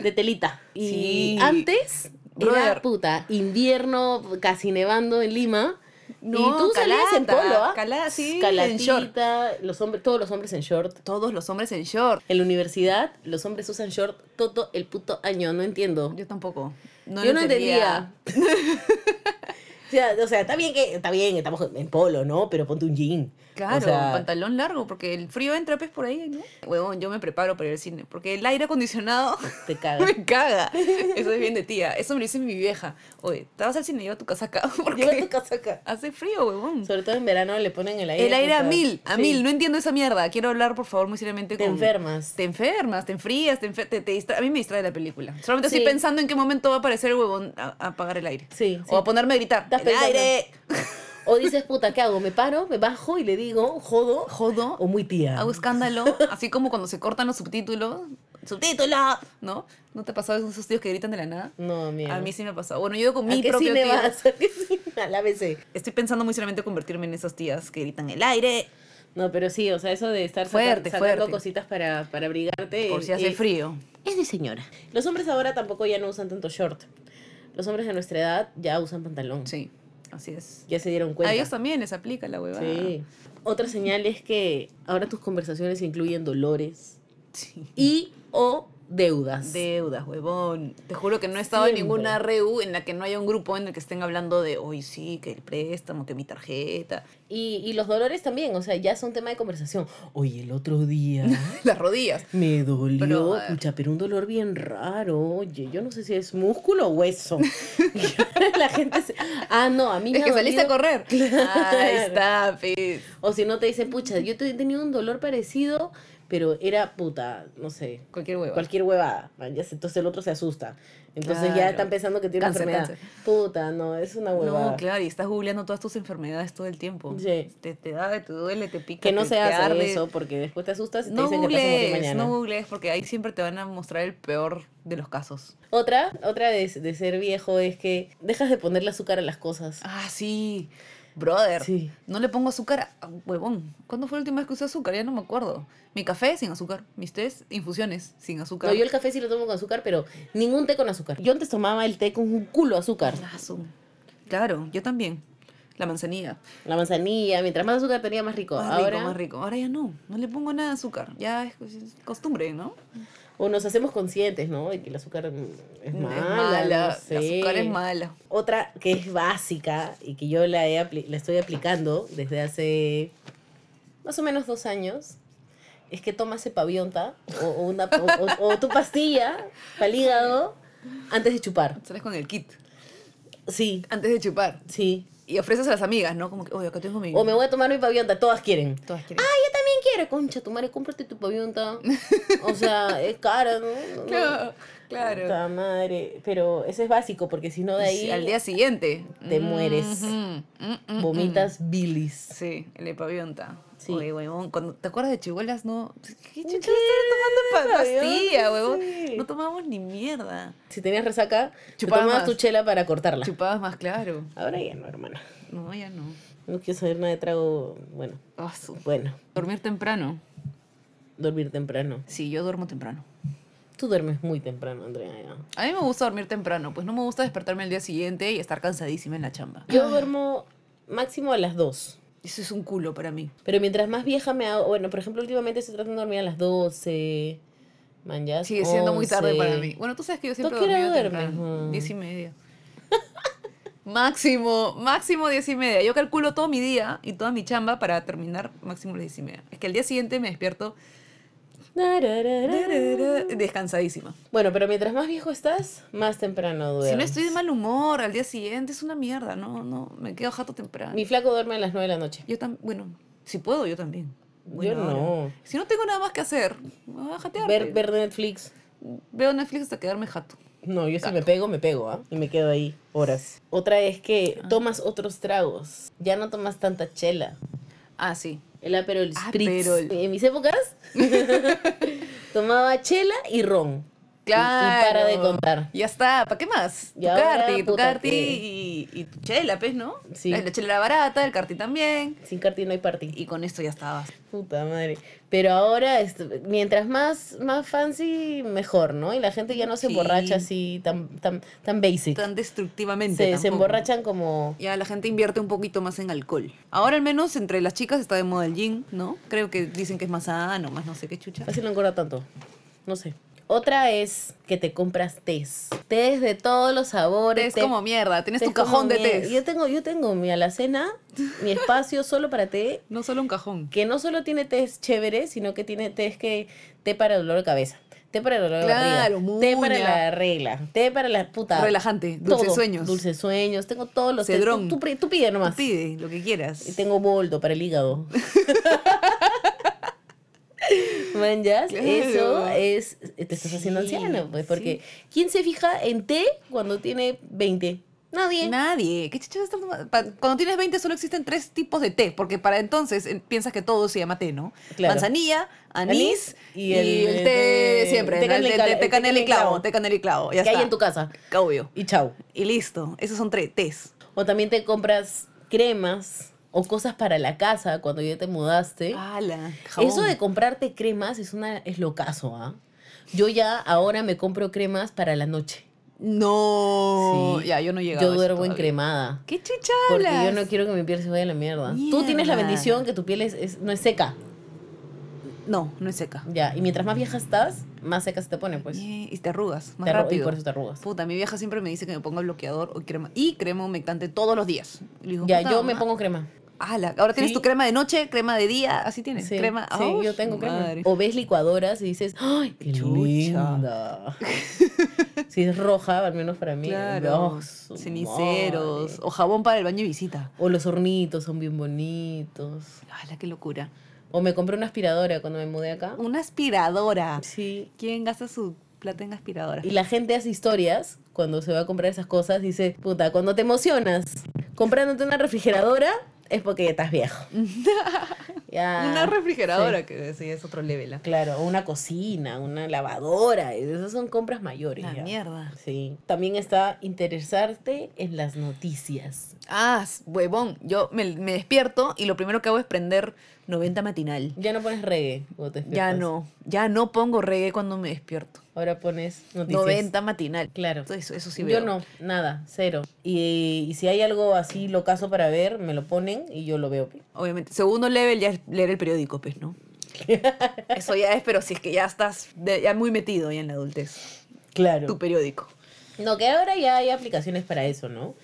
Speaker 4: de telita. Y
Speaker 3: Sí.
Speaker 4: antes era
Speaker 3: Brother.
Speaker 4: puta, invierno casi nevando en Lima.
Speaker 3: No,
Speaker 4: y tú salías en
Speaker 3: calata,
Speaker 4: polo, ¿ah?
Speaker 3: cala- sí,
Speaker 4: Calatita,
Speaker 3: en short.
Speaker 4: los hombres, todos los hombres en short.
Speaker 3: Todos los hombres en short.
Speaker 4: En la universidad, los hombres usan short todo el puto año, no entiendo.
Speaker 3: Yo tampoco. No
Speaker 4: Yo
Speaker 3: lo
Speaker 4: no entendía. o, sea, o sea, está bien que está bien, estamos en polo, ¿no? Pero ponte un jean.
Speaker 3: Claro,
Speaker 4: o sea,
Speaker 3: pantalón largo, porque el frío entra pues por ahí, ¿no? Huevón, yo me preparo para ir al cine, porque el aire acondicionado
Speaker 4: te cagas.
Speaker 3: me caga. Eso es bien de tía. Eso me lo dice mi vieja. Oye, te vas al cine, lleva tu casaca, porque
Speaker 4: Lleva tu casaca.
Speaker 3: hace frío, huevón.
Speaker 4: Sobre todo en verano le ponen el aire.
Speaker 3: El aire a
Speaker 4: puta.
Speaker 3: mil, a
Speaker 4: Sí.
Speaker 3: mil. No entiendo esa mierda. Quiero hablar, por favor, muy seriamente
Speaker 4: Te
Speaker 3: con...
Speaker 4: enfermas.
Speaker 3: Te enfermas, te enfrías, te, enfer- te, te distra- A mí me distrae la película. Solamente
Speaker 4: Sí.
Speaker 3: estoy pensando en qué momento va a aparecer el huevón a, a apagar el aire.
Speaker 4: Sí, sí.
Speaker 3: O a ponerme a gritar.
Speaker 4: Estás
Speaker 3: ¡El
Speaker 4: pensando.
Speaker 3: aire!
Speaker 4: O dices, puta, ¿qué hago? ¿Me paro? ¿Me bajo? Y le digo, jodo.
Speaker 3: Jodo.
Speaker 4: O muy tía.
Speaker 3: hago escándalo, así como cuando se cortan los subtítulos. ¡Subtítulo! ¿No? ¿No te ha pasado esos tíos que gritan de la nada?
Speaker 4: No, mierda.
Speaker 3: A mí sí me ha pasado. Bueno, yo digo con mi
Speaker 4: ¿A qué
Speaker 3: propio
Speaker 4: cine
Speaker 3: tío.
Speaker 4: vas? ¿A qué cine? A la ABC.
Speaker 3: Estoy pensando muy seriamente convertirme en esas tías que gritan el aire
Speaker 4: No, pero sí, o sea, eso de estar saca-
Speaker 3: Fuerte,
Speaker 4: sacando
Speaker 3: fuerte.
Speaker 4: cositas para, para abrigarte.
Speaker 3: por si
Speaker 4: eh,
Speaker 3: hace
Speaker 4: eh,
Speaker 3: frío.
Speaker 4: Es de señora. Los hombres ahora tampoco ya no usan tanto short. Los hombres de nuestra edad ya usan pantalón.
Speaker 3: Sí, así es.
Speaker 4: Ya se dieron
Speaker 3: A
Speaker 4: cuenta.
Speaker 3: ellos también les aplica la huevada.
Speaker 4: Sí. Otra señal es que ahora tus conversaciones incluyen dolores
Speaker 3: Sí.
Speaker 4: y o deudas.
Speaker 3: Deudas, huevón. Te juro que no he estado en
Speaker 4: Siempre.
Speaker 3: ninguna REU en la que no haya un grupo en el que estén hablando de hoy sí, que el préstamo, que mi tarjeta.
Speaker 4: Y, y los dolores también, o sea, ya son tema de conversación. Oye, el otro día
Speaker 3: Las rodillas.
Speaker 4: me dolió,
Speaker 3: Pero, eh, a ver.
Speaker 4: pucha, pero un dolor bien raro. Oye, yo no sé si es músculo o hueso. La gente se... Ah, no, a mí me
Speaker 3: Es
Speaker 4: ha
Speaker 3: que saliste a
Speaker 4: dolido-
Speaker 3: correr. Ahí está, pues.
Speaker 4: O si no te dicen, pucha, yo te he tenido un dolor parecido, pero era puta, no sé,
Speaker 3: Cualquier hueva.
Speaker 4: cualquier huevada. man, ya sé, entonces el otro se asusta. Entonces ya
Speaker 3: Claro.
Speaker 4: están pensando que tiene
Speaker 3: Cáncer,
Speaker 4: enfermedad.
Speaker 3: cáncer.
Speaker 4: Puta, no, es una huevada.
Speaker 3: No, claro, y estás googleando todas tus enfermedades todo el tiempo.
Speaker 4: Sí.
Speaker 3: Te, te da, te duele, te pica.
Speaker 4: Que no
Speaker 3: te-
Speaker 4: se
Speaker 3: te
Speaker 4: hace
Speaker 3: arde.
Speaker 4: eso porque después te asustas y te
Speaker 3: No
Speaker 4: dicen que te vas a morir
Speaker 3: googlees,
Speaker 4: mañana.
Speaker 3: no googlees, porque ahí siempre te van a mostrar el peor de los casos.
Speaker 4: Otra, otra de, de ser viejo es que dejas de ponerle azúcar a las cosas.
Speaker 3: Ah, sí. Brother,
Speaker 4: Sí.
Speaker 3: no le pongo azúcar a huevón. ¿Cuándo fue la última vez que usé azúcar? Ya no me acuerdo. Mi café sin azúcar, mis tés, infusiones sin azúcar.
Speaker 4: No, yo el café sí lo tomo con azúcar, pero ningún té con azúcar. Yo antes tomaba el té con un culo de azúcar.
Speaker 3: Ah, su- Claro, yo también. La manzanilla.
Speaker 4: La manzanilla, mientras más azúcar tenía, más rico.
Speaker 3: Más
Speaker 4: Ahora
Speaker 3: rico, más rico. Ahora ya no, no le pongo nada de azúcar. Ya es- es costumbre, ¿no?
Speaker 4: O nos hacemos conscientes, ¿no? De que el azúcar mm, es mala.
Speaker 3: es mala,
Speaker 4: no sé.
Speaker 3: el azúcar es mala.
Speaker 4: Otra que es básica y que yo la, he apli- la estoy aplicando desde hace más o menos dos años es que tomas epavionta o, o una, o- o- o tu pastilla para el hígado antes de chupar.
Speaker 3: Sales con el kit
Speaker 4: Sí,
Speaker 3: antes de chupar
Speaker 4: sí.
Speaker 3: y ofreces a las amigas, ¿no? Como que, oye, acá tengo mi.
Speaker 4: O me voy a tomar mi pavionta, todas quieren.
Speaker 3: Todas quieren.
Speaker 4: Ah, yo también quiero, concha, tu madre, cómprate tu pavionta. O sea, es cara, ¿no? No, no.
Speaker 3: claro, claro.
Speaker 4: Puta madre. Pero eso es básico, porque si no de ahí
Speaker 3: Sí, al día siguiente
Speaker 4: te mueres.
Speaker 3: Mm, mm, mm.
Speaker 4: vomitas bilis.
Speaker 3: Sí, el epavionta.
Speaker 4: Sí.
Speaker 3: Oye, huevón, cuando te acuerdas de chibolas, no. ¿Qué chucha estar tomando pa- pastilla,
Speaker 4: Pavionta,
Speaker 3: huevón?
Speaker 4: sí.
Speaker 3: No tomamos ni mierda.
Speaker 4: Si tenías resaca, te
Speaker 3: Chupabas
Speaker 4: tomabas
Speaker 3: más.
Speaker 4: tu chela para cortarla.
Speaker 3: Chupabas más claro.
Speaker 4: Ahora ya no, hermana.
Speaker 3: No, ya no.
Speaker 4: No quiero saber nada de trago. Bueno,
Speaker 3: Ah, su-
Speaker 4: bueno,
Speaker 3: Dormir temprano.
Speaker 4: dormir temprano.
Speaker 3: Sí, yo duermo temprano.
Speaker 4: Tú duermes muy temprano, Andrea. ya.
Speaker 3: A mí me gusta dormir temprano, pues no me gusta despertarme el día siguiente y estar cansadísima en la chamba.
Speaker 4: Yo duermo máximo a las 2.
Speaker 3: Eso es un culo para mí.
Speaker 4: Pero mientras más vieja me hago, bueno, por ejemplo, últimamente estoy tratando de dormir a las 12, Man, ya es
Speaker 3: Sigue siendo muy tarde
Speaker 4: 11.
Speaker 3: para mí. Bueno, tú sabes que yo siempre
Speaker 4: ¿Tú a qué hora
Speaker 3: dormía
Speaker 4: duermes?
Speaker 3: temprano,
Speaker 4: Mm.
Speaker 3: Diez y media. máximo, máximo diez y media. Yo calculo todo mi día y toda mi chamba para terminar máximo las diez y media. Es que el día siguiente me despierto tarara, descansadísima.
Speaker 4: Bueno, pero mientras más viejo estás, más temprano duermes.
Speaker 3: Si no estoy de mal humor al día siguiente, es una mierda. No, no, me quedo jato temprano.
Speaker 4: Mi flaco duerme a las 9 de la noche.
Speaker 3: Yo también, bueno, si puedo, yo también. Buena
Speaker 4: yo
Speaker 3: hora.
Speaker 4: no.
Speaker 3: Si no tengo nada más que hacer, me voy a jatear.
Speaker 4: Ver,
Speaker 3: pues.
Speaker 4: ver Netflix.
Speaker 3: Veo Netflix hasta quedarme jato.
Speaker 4: No, yo si
Speaker 3: Claro.
Speaker 4: me pego, me pego, ¿ah? Y me quedo ahí horas. Otra es que tomas otros tragos. Ya no tomas tanta chela.
Speaker 3: Ah, sí.
Speaker 4: El Aperol
Speaker 3: Ah,
Speaker 4: Spritz.
Speaker 3: Aperol.
Speaker 4: En mis épocas tomaba chela y ron. Y-
Speaker 3: Claro.
Speaker 4: Y para de contar.
Speaker 3: Ya está, ¿para qué más?
Speaker 4: Y
Speaker 3: tu
Speaker 4: ahora,
Speaker 3: carti, tu
Speaker 4: puta,
Speaker 3: carti
Speaker 4: que-
Speaker 3: y, y tu chela, pues, ¿no?
Speaker 4: Sí.
Speaker 3: La, la chela barata, el carti también.
Speaker 4: Sin carti no hay party.
Speaker 3: Y con esto ya estabas.
Speaker 4: Puta madre. Pero ahora, este, mientras más, más fancy, mejor, ¿no? Y la gente ya no se
Speaker 3: Sí.
Speaker 4: emborracha así tan, tan, tan basic.
Speaker 3: Tan destructivamente.
Speaker 4: se, se
Speaker 3: tampoco.
Speaker 4: emborrachan como...
Speaker 3: Ya la gente invierte un poquito más en alcohol. Ahora al menos entre las chicas está de moda el gin, ¿no? Creo que dicen que es más sano, más no sé qué chucha.
Speaker 4: Así no engorda tanto. No sé. Otra es que te compras tés. Tés de todos los sabores.
Speaker 3: Es
Speaker 4: té-
Speaker 3: como mierda, tienes
Speaker 4: tés
Speaker 3: tu cajón
Speaker 4: como
Speaker 3: de
Speaker 4: miel.
Speaker 3: té.
Speaker 4: Yo tengo, yo tengo mi alacena, mi espacio solo para té
Speaker 3: No solo un cajón.
Speaker 4: que no solo tiene tés chéveres, sino que tiene tés que té para el dolor de cabeza, té para el dolor de
Speaker 3: Claro,
Speaker 4: barriga, té para
Speaker 3: muña.
Speaker 4: la regla, té para la puta.
Speaker 3: Relajante, dulces
Speaker 4: todo.
Speaker 3: sueños.
Speaker 4: Dulces sueños, tengo todos los tés.
Speaker 3: Cedrón.
Speaker 4: Tú, tú pri- tú pide nomás.
Speaker 3: Pide lo que quieras.
Speaker 4: Y tengo boldo para el hígado. Manjas,
Speaker 3: Claro.
Speaker 4: eso es. Te estás haciendo
Speaker 3: Sí,
Speaker 4: anciano, pues, porque ¿quién se fija en té cuando tiene 20? Nadie.
Speaker 3: Nadie. ¿Qué chicha estás tomando? Pa- Cuando tienes 20 solo existen tres tipos de té, porque para entonces eh, piensas que todo se llama té, ¿no?
Speaker 4: Claro.
Speaker 3: Manzanilla, anís,
Speaker 4: Anís
Speaker 3: y
Speaker 4: y
Speaker 3: el,
Speaker 4: el-
Speaker 3: té
Speaker 4: el-
Speaker 3: siempre.
Speaker 4: té
Speaker 3: ¿no? El
Speaker 4: canela
Speaker 3: de- de- té
Speaker 4: y clavo, el té
Speaker 3: canela y
Speaker 4: canela y
Speaker 3: clavo,
Speaker 4: clavo.
Speaker 3: té canela y clavo. Ya
Speaker 4: que hay
Speaker 3: está.
Speaker 4: en tu casa.
Speaker 3: Obvio.
Speaker 4: Y chao.
Speaker 3: Y listo. Esos son tres tés.
Speaker 4: O también te compras cremas o cosas para la casa cuando ya te mudaste.
Speaker 3: ¡Hala! Ah, Jabón.
Speaker 4: ¿Eh? Eso de comprarte cremas es una es locazo, ¿ah? Yo ya ahora me compro cremas para la noche.
Speaker 3: No.
Speaker 4: Sí.
Speaker 3: Ya, yo no llegaba.
Speaker 4: Yo duermo encremada.
Speaker 3: ¿Qué chicha
Speaker 4: Porque
Speaker 3: hablas?
Speaker 4: yo no quiero que mi piel se vaya a la mierda. Tú tienes la
Speaker 3: Mierda.
Speaker 4: bendición que tu piel es, es- no es seca.
Speaker 3: No, no es seca.
Speaker 4: Ya. Y mientras más vieja estás, más seca se te pone, pues.
Speaker 3: Eh, Y te arrugas más
Speaker 4: Te arru-
Speaker 3: rápido.
Speaker 4: Y por eso te arrugas.
Speaker 3: Puta, mi vieja siempre me dice que me ponga bloqueador o crema. Y crema humectante todos los días. Le digo,
Speaker 4: Ya,
Speaker 3: puta
Speaker 4: yo me
Speaker 3: mamá.
Speaker 4: pongo crema.
Speaker 3: Ala, Ah, ahora tienes
Speaker 4: Sí.
Speaker 3: tu crema de noche, crema de día, así tienes.
Speaker 4: Sí,
Speaker 3: crema.
Speaker 4: sí,
Speaker 3: ¡Oh,
Speaker 4: yo tengo crema.
Speaker 3: madre!
Speaker 4: O ves licuadoras y dices, ¡ay, qué
Speaker 3: Chucha.
Speaker 4: linda! si es roja, al menos para mí.
Speaker 3: Claro.
Speaker 4: ¡oh, su
Speaker 3: Ceniceros.
Speaker 4: madre!
Speaker 3: O jabón para el baño y visita.
Speaker 4: O los hornitos son bien bonitos.
Speaker 3: Ala, qué locura.
Speaker 4: O me compré una aspiradora cuando me mudé acá.
Speaker 3: Una aspiradora.
Speaker 4: Sí.
Speaker 3: ¿Quién gasta su plata en aspiradora?
Speaker 4: Y la gente hace historias cuando se va a comprar esas cosas. Dice, puta, cuando te emocionas comprándote una refrigeradora es porque ya estás viejo. Ya.
Speaker 3: Una refrigeradora,
Speaker 4: Sí.
Speaker 3: que sí, es otro level. ah.
Speaker 4: Claro, o una cocina, una lavadora. Esas son compras mayores.
Speaker 3: La
Speaker 4: ya.
Speaker 3: mierda.
Speaker 4: Sí. También está interesarte en las noticias.
Speaker 3: Ah, s- huevón. Yo me, me despierto y lo primero que hago es prender 90 matinal.
Speaker 4: Ya no pones reggae. cuando te
Speaker 3: Ya
Speaker 4: despiertas.
Speaker 3: no, ya no pongo reggae cuando me despierto.
Speaker 4: Ahora pones noticias.
Speaker 3: 90 matinal.
Speaker 4: Claro.
Speaker 3: Eso, eso sí veo.
Speaker 4: Yo no, nada, cero. Y, y si hay algo así locazo para ver, me lo ponen y yo lo veo.
Speaker 3: Obviamente. Segundo level ya es leer el periódico, pues, ¿no? Eso ya es, pero si es que ya estás de- ya muy metido ya en la adultez.
Speaker 4: Claro.
Speaker 3: Tu periódico.
Speaker 4: No, que ahora ya hay aplicaciones para eso, ¿no?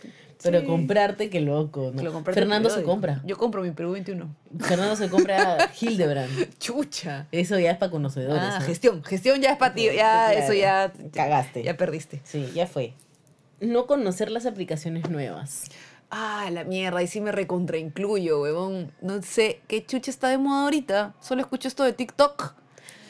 Speaker 4: Pero comprarte, qué loco, ¿no?
Speaker 3: Que lo compraste el
Speaker 4: Fernando se
Speaker 3: periódico.
Speaker 4: compra.
Speaker 3: Yo compro mi Perú 21.
Speaker 4: Fernando se compra Hildebrand.
Speaker 3: Chucha.
Speaker 4: Eso ya es para conocedores.
Speaker 3: Ah,
Speaker 4: ¿no?
Speaker 3: gestión. Gestión ya es para ti. Ya,
Speaker 4: Claro,
Speaker 3: eso ya.
Speaker 4: cagaste.
Speaker 3: Ya perdiste.
Speaker 4: Sí, ya fue. No conocer las aplicaciones nuevas.
Speaker 3: Ah, la mierda, ahí sí me recontraincluyo, huevón. No sé qué chucha está de moda ahorita. Solo escucho esto de TikTok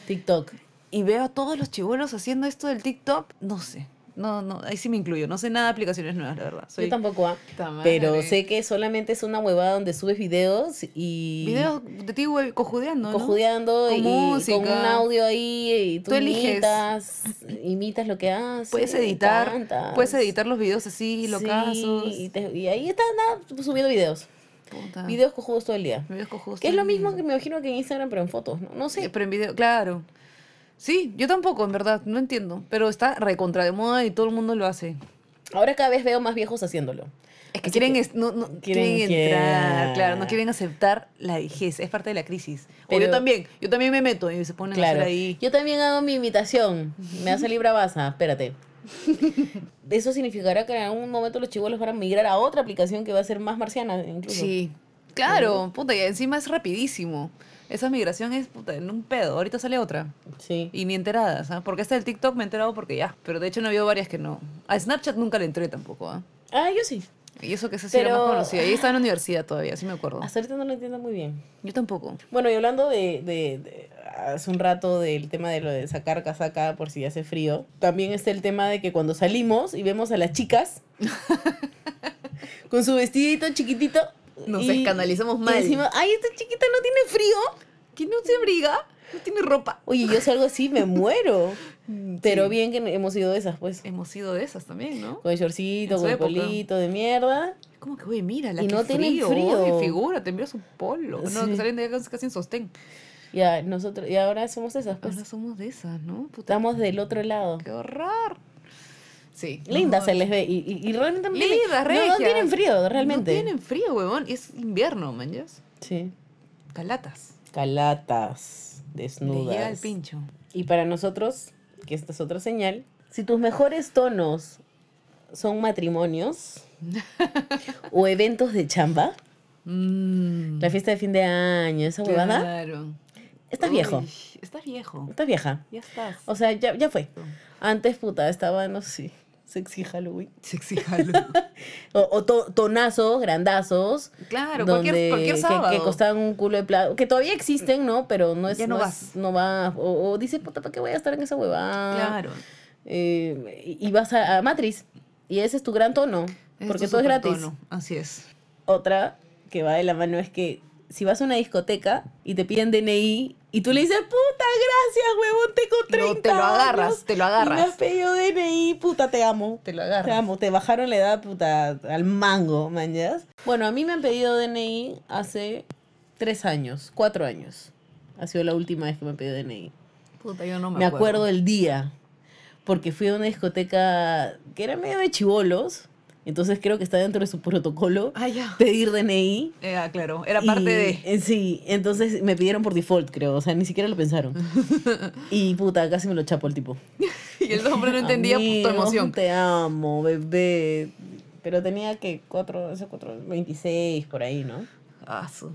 Speaker 4: TikTok.
Speaker 3: y veo a todos los chivolos haciendo esto del TikTok. No sé. No, no, ahí sí me incluyo. No sé nada de aplicaciones nuevas, la verdad. Soy
Speaker 4: Yo tampoco, ¿ah?
Speaker 3: Puta madre.
Speaker 4: Pero sé que solamente es una huevada donde subes videos y...
Speaker 3: Videos de ti, güey, cojudeando, ¿no?
Speaker 4: cojudeando
Speaker 3: Con
Speaker 4: y
Speaker 3: música.
Speaker 4: con un audio ahí y tú,
Speaker 3: Tú eliges.
Speaker 4: imitas, imitas lo que haces.
Speaker 3: Puedes editar,
Speaker 4: cantas.
Speaker 3: puedes editar los videos así, locazos.
Speaker 4: Sí, y, te- y ahí están ah, subiendo videos.
Speaker 3: Puta.
Speaker 4: Videos cojudos todo el día.
Speaker 3: Videos cojudos
Speaker 4: Que es
Speaker 3: todo
Speaker 4: lo
Speaker 3: Ah. el
Speaker 4: mismo
Speaker 3: día.
Speaker 4: que me imagino que en Instagram, pero en fotos, ¿no? No
Speaker 3: Eh,
Speaker 4: sé.
Speaker 3: Pero en video, claro. Sí, yo tampoco, en verdad, no entiendo. Pero está recontra de moda y todo el mundo lo hace.
Speaker 4: Ahora cada vez veo más viejos haciéndolo.
Speaker 3: Es que quieren, es- no, no- quieren,
Speaker 4: quieren
Speaker 3: entrar,
Speaker 4: que-
Speaker 3: claro, no quieren aceptar la vejez, es parte de la crisis. O yo
Speaker 4: Pero-
Speaker 3: también, yo también me meto y se ponen a
Speaker 4: Claro.
Speaker 3: hacer ahí.
Speaker 4: Yo también hago mi imitación. Me hace Libra Baza. Espérate. Eso significará que en algún momento los chivolos van a migrar a otra aplicación que va a ser más marciana, incluso.
Speaker 3: Sí, claro, puta, y encima es rapidísimo. Esa migración es puta, en un pedo, ahorita sale otra.
Speaker 4: Sí.
Speaker 3: Y ni enteradas, ¿ah? Porque esta del TikTok me he enterado porque ya, pero de hecho no veo varias que no. A Snapchat nunca le entré tampoco, ¿ah?
Speaker 4: Ah, yo sí.
Speaker 3: Y eso que esa sí era más
Speaker 4: Pero- Ah,
Speaker 3: conocida. Y estaba en la universidad todavía, sí me acuerdo.
Speaker 4: Hasta ahorita no lo entiendo muy bien.
Speaker 3: Yo tampoco.
Speaker 4: Bueno, y hablando de, de- de- hace un rato del tema de lo de sacar casaca por si hace frío, también está el tema de que cuando salimos y vemos a las chicas con su vestidito chiquitito.
Speaker 3: Nos escandalizamos mal.
Speaker 4: Y decimos, ay, este esta chiquita no tiene frío.
Speaker 3: ¿Quién no se abriga? No tiene ropa.
Speaker 4: Oye, yo salgo así, me muero. Pero
Speaker 3: Sí.
Speaker 4: bien que hemos sido de esas, pues.
Speaker 3: Hemos sido de esas también, ¿no?
Speaker 4: Con el
Speaker 3: En
Speaker 4: shortcito,
Speaker 3: su
Speaker 4: con el
Speaker 3: época.
Speaker 4: colito de mierda.
Speaker 3: Como que, oye, mira, la
Speaker 4: Y
Speaker 3: que
Speaker 4: no tienen
Speaker 3: frío.
Speaker 4: frío.
Speaker 3: oye, figura, te envió su polo. No, que
Speaker 4: Sí.
Speaker 3: salen de acá casi en sostén.
Speaker 4: Ya, nosotros, y ahora somos esas, pues.
Speaker 3: Ahora somos de esas, ¿no? Puta,
Speaker 4: Estamos del otro lado.
Speaker 3: qué horror. Sí.
Speaker 4: Linda
Speaker 3: no,
Speaker 4: se les ve. Y, y, y realmente no tienen,
Speaker 3: Lindas,
Speaker 4: no, no
Speaker 3: regias.
Speaker 4: tienen frío, realmente.
Speaker 3: No tienen frío, huevón. Es invierno, manjas.
Speaker 4: Sí.
Speaker 3: Calatas.
Speaker 4: Calatas,
Speaker 3: Le
Speaker 4: desnudas.
Speaker 3: llega el pincho.
Speaker 4: Y para nosotros, que esta es otra señal, si tus mejores tonos son matrimonios o eventos de chamba,
Speaker 3: Mm,
Speaker 4: la fiesta de fin de año, esa huevada,
Speaker 3: Claro.
Speaker 4: estás viejo.
Speaker 3: Uy, estás viejo.
Speaker 4: Estás vieja.
Speaker 3: Ya estás.
Speaker 4: O sea, ya, ya fue. Antes, puta, estaba, no sé, sexy Halloween.
Speaker 3: Sexy jalo.
Speaker 4: O, o to- tonazos, grandazos.
Speaker 3: Claro,
Speaker 4: donde-
Speaker 3: cualquier, cualquier
Speaker 4: que-
Speaker 3: sábado.
Speaker 4: Que, costaban un culo de plato. Que todavía existen, ¿no? Pero no es.
Speaker 3: Ya no vas.
Speaker 4: es- no vas. O, o dices, puta, ¿para qué voy a estar en esa huevada?
Speaker 3: Claro.
Speaker 4: Eh, y y vas a, a Matrix. Y ese es tu gran tono.
Speaker 3: Es
Speaker 4: Porque
Speaker 3: tu
Speaker 4: todo es gratis.
Speaker 3: supertono, Así es.
Speaker 4: Otra que va de la mano es que si vas a una discoteca y te piden DNI y tú le dices, puta, gracias, huevón, tengo 30
Speaker 3: No, te lo agarras,
Speaker 4: años
Speaker 3: te lo
Speaker 4: Y me
Speaker 3: agarras.
Speaker 4: has pedido DNI, puta, te amo.
Speaker 3: Te lo
Speaker 4: Te
Speaker 3: agarras.
Speaker 4: amo, te bajaron la edad, puta, al mango, manjas. Bueno, a mí me han pedido DNI hace tres años, cuatro años. Ha sido la última vez que me han pedido DNI.
Speaker 3: Puta, yo no me,
Speaker 4: Me acuerdo el día, porque fui a una discoteca que era medio de chivolos, entonces creo que está dentro de su protocolo
Speaker 3: Ah, ya.
Speaker 4: pedir DNI.
Speaker 3: Eh, ah, claro, era
Speaker 4: Y-
Speaker 3: parte de.
Speaker 4: eh, Sí, entonces me pidieron por default, creo, o sea, ni siquiera lo pensaron. y puta, casi me lo chapo el tipo.
Speaker 3: Y el hombre no entendía pues,
Speaker 4: Amigo,
Speaker 3: tu emoción.
Speaker 4: Te amo, bebé. Pero tenía que cuatro, hace cuatro, 26 por ahí, ¿no?
Speaker 3: Ah, su-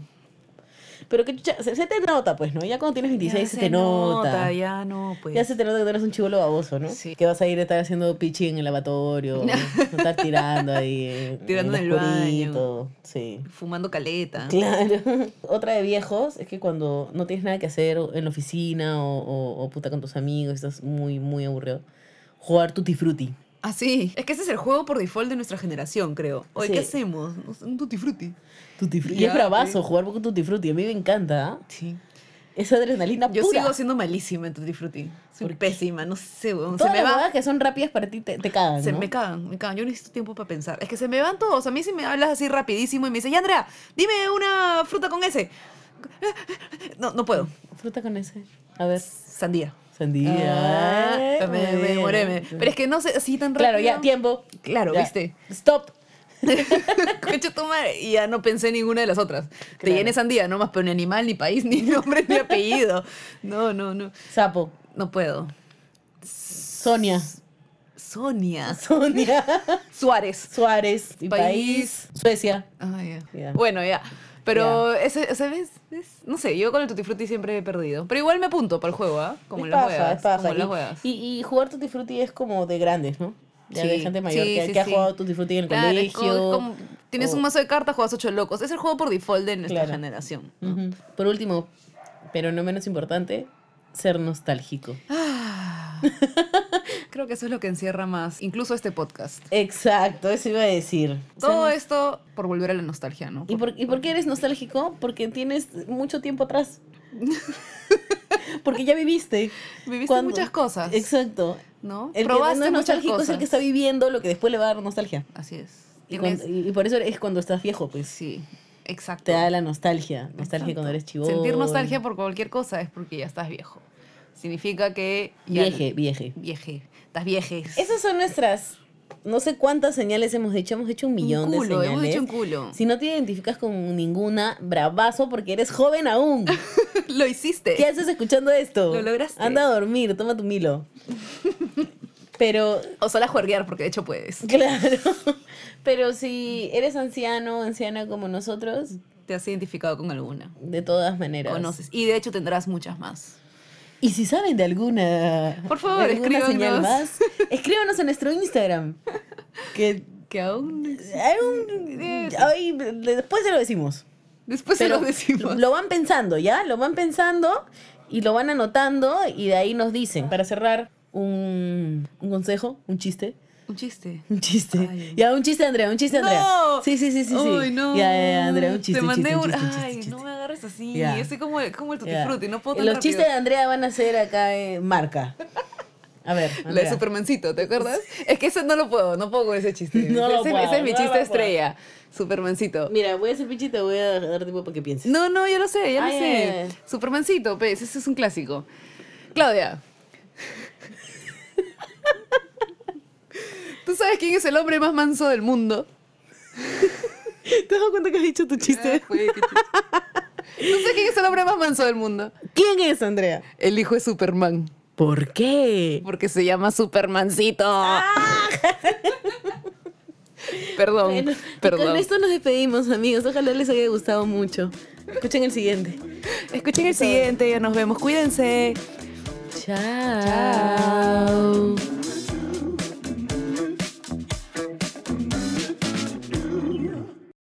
Speaker 4: Pero que chucha, se, se te nota, pues, ¿no? Ya cuando tienes 26 se,
Speaker 3: Ya
Speaker 4: te nota. ya.
Speaker 3: Ya no, pues.
Speaker 4: se te nota que tú eres un chivolo baboso, ¿no?
Speaker 3: Sí.
Speaker 4: Que vas a ir a estar haciendo pichi en el lavatorio, estar tirando ahí. en-
Speaker 3: Tirando en
Speaker 4: en
Speaker 3: el baño.
Speaker 4: oscurito, Sí.
Speaker 3: Fumando caleta.
Speaker 4: Claro. Otra de viejos es que cuando no tienes nada que hacer o- en la oficina o, o- o puta con tus amigos, estás muy, muy aburrido, jugar tutti frutti.
Speaker 3: Ah, sí. Es que ese es el juego por default de nuestra generación, creo. Oye, ¿qué
Speaker 4: Sí.
Speaker 3: hacemos? No sé, Un tutti frutti.
Speaker 4: Tutti frutti.
Speaker 3: Ya,
Speaker 4: Y es bravazo
Speaker 3: sí.
Speaker 4: jugar con tutti frutti. A mí me encanta. ¿ah?
Speaker 3: Sí.
Speaker 4: Es adrenalina
Speaker 3: Yo
Speaker 4: pura.
Speaker 3: sigo siendo malísima en tutti frutti. Soy
Speaker 4: ¿Por qué?
Speaker 3: pésima, no sé, weón. Se
Speaker 4: Todas
Speaker 3: me
Speaker 4: las
Speaker 3: va.
Speaker 4: huevadas que son rápidas para ti te, te cagan,
Speaker 3: Se
Speaker 4: ¿no?
Speaker 3: me cagan, me cagan. Yo necesito tiempo para pensar. Es que se me van todos. A mí si me hablas así rapidísimo y me dices, ya Andrea, dime una fruta con ese. No, no puedo.
Speaker 4: Fruta con ese. A ver.
Speaker 3: Sandía.
Speaker 4: Sandía.
Speaker 3: Ah, me, me demoré, me- Pero es que no sé, así tan rápido.
Speaker 4: Claro, ya, tiempo.
Speaker 3: Claro,
Speaker 4: Ya.
Speaker 3: ¿viste?
Speaker 4: Stop.
Speaker 3: Concha tu madre. Y ya no pensé en ninguna de las otras. Te
Speaker 4: Claro.
Speaker 3: llené sandía, no más, pero ni animal, ni país, ni nombre, ni apellido. No, no, no.
Speaker 4: Sapo.
Speaker 3: No puedo.
Speaker 4: Sonia.
Speaker 3: Sonia.
Speaker 4: Sonia.
Speaker 3: Suárez.
Speaker 4: Suárez. Mi
Speaker 3: País.
Speaker 4: país. Suecia.
Speaker 3: Ah, ya.
Speaker 4: Ya.
Speaker 3: Bueno, ya. Pero, ese, ¿sabes? Es- no sé, yo con el Tutti Frutti siempre he perdido. Pero igual me apunto para el juego, ¿ah? Como en
Speaker 4: Es
Speaker 3: las
Speaker 4: paja,
Speaker 3: juegas.
Speaker 4: es paja.
Speaker 3: Como en las
Speaker 4: Y-
Speaker 3: juegas.
Speaker 4: Y, y jugar Tutti Frutti es como de grandes, ¿no? Ya de
Speaker 3: Sí,
Speaker 4: gente mayor
Speaker 3: sí,
Speaker 4: que,
Speaker 3: sí,
Speaker 4: que ha
Speaker 3: sí.
Speaker 4: jugado Tutti Frutti en el
Speaker 3: Claro, es
Speaker 4: colegio.
Speaker 3: como- como- tienes
Speaker 4: o-
Speaker 3: un mazo de cartas, juegas ocho locos. Es el juego por default de nuestra
Speaker 4: Claro.
Speaker 3: generación. ¿no?
Speaker 4: Ujú. Por último, pero no menos importante, ser nostálgico.
Speaker 3: Ah. Creo que eso es lo que encierra más, incluso este podcast.
Speaker 4: Exacto, eso iba a decir.
Speaker 3: Todo esto por volver a la nostalgia, ¿no?
Speaker 4: ¿Y por, ¿Y por qué eres nostálgico? Porque tienes mucho tiempo atrás. Porque ya viviste.
Speaker 3: Viviste
Speaker 4: Cuando-
Speaker 3: muchas cosas,
Speaker 4: Exacto.
Speaker 3: ¿no?
Speaker 4: El
Speaker 3: Probaste
Speaker 4: que no es
Speaker 3: muchas
Speaker 4: nostálgico
Speaker 3: cosas.
Speaker 4: es el que está viviendo lo que después le va a dar nostalgia.
Speaker 3: Así es.
Speaker 4: Y,
Speaker 3: Tienes-
Speaker 4: cuando- y- y por eso es cuando estás viejo, pues.
Speaker 3: Sí, exacto.
Speaker 4: Te da la nostalgia. Nostalgia cuando eres
Speaker 3: Exacto.
Speaker 4: chivón.
Speaker 3: Sentir nostalgia por cualquier cosa es porque ya estás viejo. Significa que... ya-
Speaker 4: Vieje, vieje.
Speaker 3: Vieje. Estás viejes.
Speaker 4: Esas son nuestras no sé cuántas señales hemos hecho, hemos hecho un millón
Speaker 3: un culo,
Speaker 4: de
Speaker 3: hemos dicho
Speaker 4: señales.
Speaker 3: un culo.
Speaker 4: Si no te identificas con ninguna, bravazo porque eres joven aún.
Speaker 3: Lo hiciste.
Speaker 4: ¿Qué haces escuchando esto?
Speaker 3: Lo lograste.
Speaker 4: Anda a dormir, toma tu milo. Pero
Speaker 3: O solo a juerguear, porque de hecho puedes.
Speaker 4: Claro. Pero si eres anciano o anciana como nosotros,
Speaker 3: Te has identificado con alguna.
Speaker 4: de todas maneras.
Speaker 3: Conoces. Y de hecho tendrás muchas más.
Speaker 4: Y si saben de alguna.
Speaker 3: Por favor,
Speaker 4: de alguna
Speaker 3: escríbanos.
Speaker 4: escríbanos en nuestro Instagram. Que
Speaker 3: Que aún.
Speaker 4: hay un- ay, después se lo decimos.
Speaker 3: Después se
Speaker 4: Pero
Speaker 3: lo decimos.
Speaker 4: Lo van pensando, ¿ya? Lo van pensando y lo van anotando y de ahí nos dicen. Para cerrar, un, un consejo, un chiste.
Speaker 3: Un chiste.
Speaker 4: Un chiste.
Speaker 3: Ay.
Speaker 4: Ya, un chiste, Andrea, un chiste, Andrea.
Speaker 3: ¡No!
Speaker 4: Sí, sí, sí, sí. sí.
Speaker 3: Ay, no.
Speaker 4: Ya, ya, ya, Andrea, un chiste.
Speaker 3: Te
Speaker 4: un
Speaker 3: mandé
Speaker 4: chiste, un
Speaker 3: un.
Speaker 4: chiste, un chiste,
Speaker 3: Ay,
Speaker 4: un chiste.
Speaker 3: no me agarres así.
Speaker 4: Ya.
Speaker 3: Estoy como, el- como el tutti
Speaker 4: Ya.
Speaker 3: frutti, No puedo tan
Speaker 4: Los
Speaker 3: rápido.
Speaker 4: chistes de Andrea van a ser acá en marca. A ver.
Speaker 3: La de
Speaker 4: Andrea.
Speaker 3: Supermancito, ¿te acuerdas? Es que ese no lo puedo, no puedo con ese chiste.
Speaker 4: No lo
Speaker 3: ese,
Speaker 4: puedo,
Speaker 3: ese es mi
Speaker 4: no
Speaker 3: chiste
Speaker 4: lo puedo.
Speaker 3: estrella, Supermancito.
Speaker 4: Mira, voy a ser pinche y te voy a dar tiempo para que pienses.
Speaker 3: No, no, ya lo sé, ya lo
Speaker 4: Ay,
Speaker 3: sé.
Speaker 4: ay, ay.
Speaker 3: Supermancito, pues, ese es un clásico. Claudia. ¿Tú sabes quién es el hombre más manso del mundo?
Speaker 4: ¿Te has dado cuenta que has dicho tu
Speaker 3: Ah, Eh.
Speaker 4: chiste?
Speaker 3: ¿Tú sabes quién es el hombre más manso del mundo?
Speaker 4: ¿Quién es Andrea?
Speaker 3: El hijo de Superman.
Speaker 4: ¿Por qué?
Speaker 3: Porque se llama Supermancito. perdón,
Speaker 4: Bueno, y
Speaker 3: Oh, perdón.
Speaker 4: con esto nos despedimos, amigos. Ojalá les haya gustado mucho. Escuchen el siguiente.
Speaker 3: Escuchen el siguiente, ya nos vemos. Cuídense.
Speaker 4: Chao.
Speaker 3: Chao.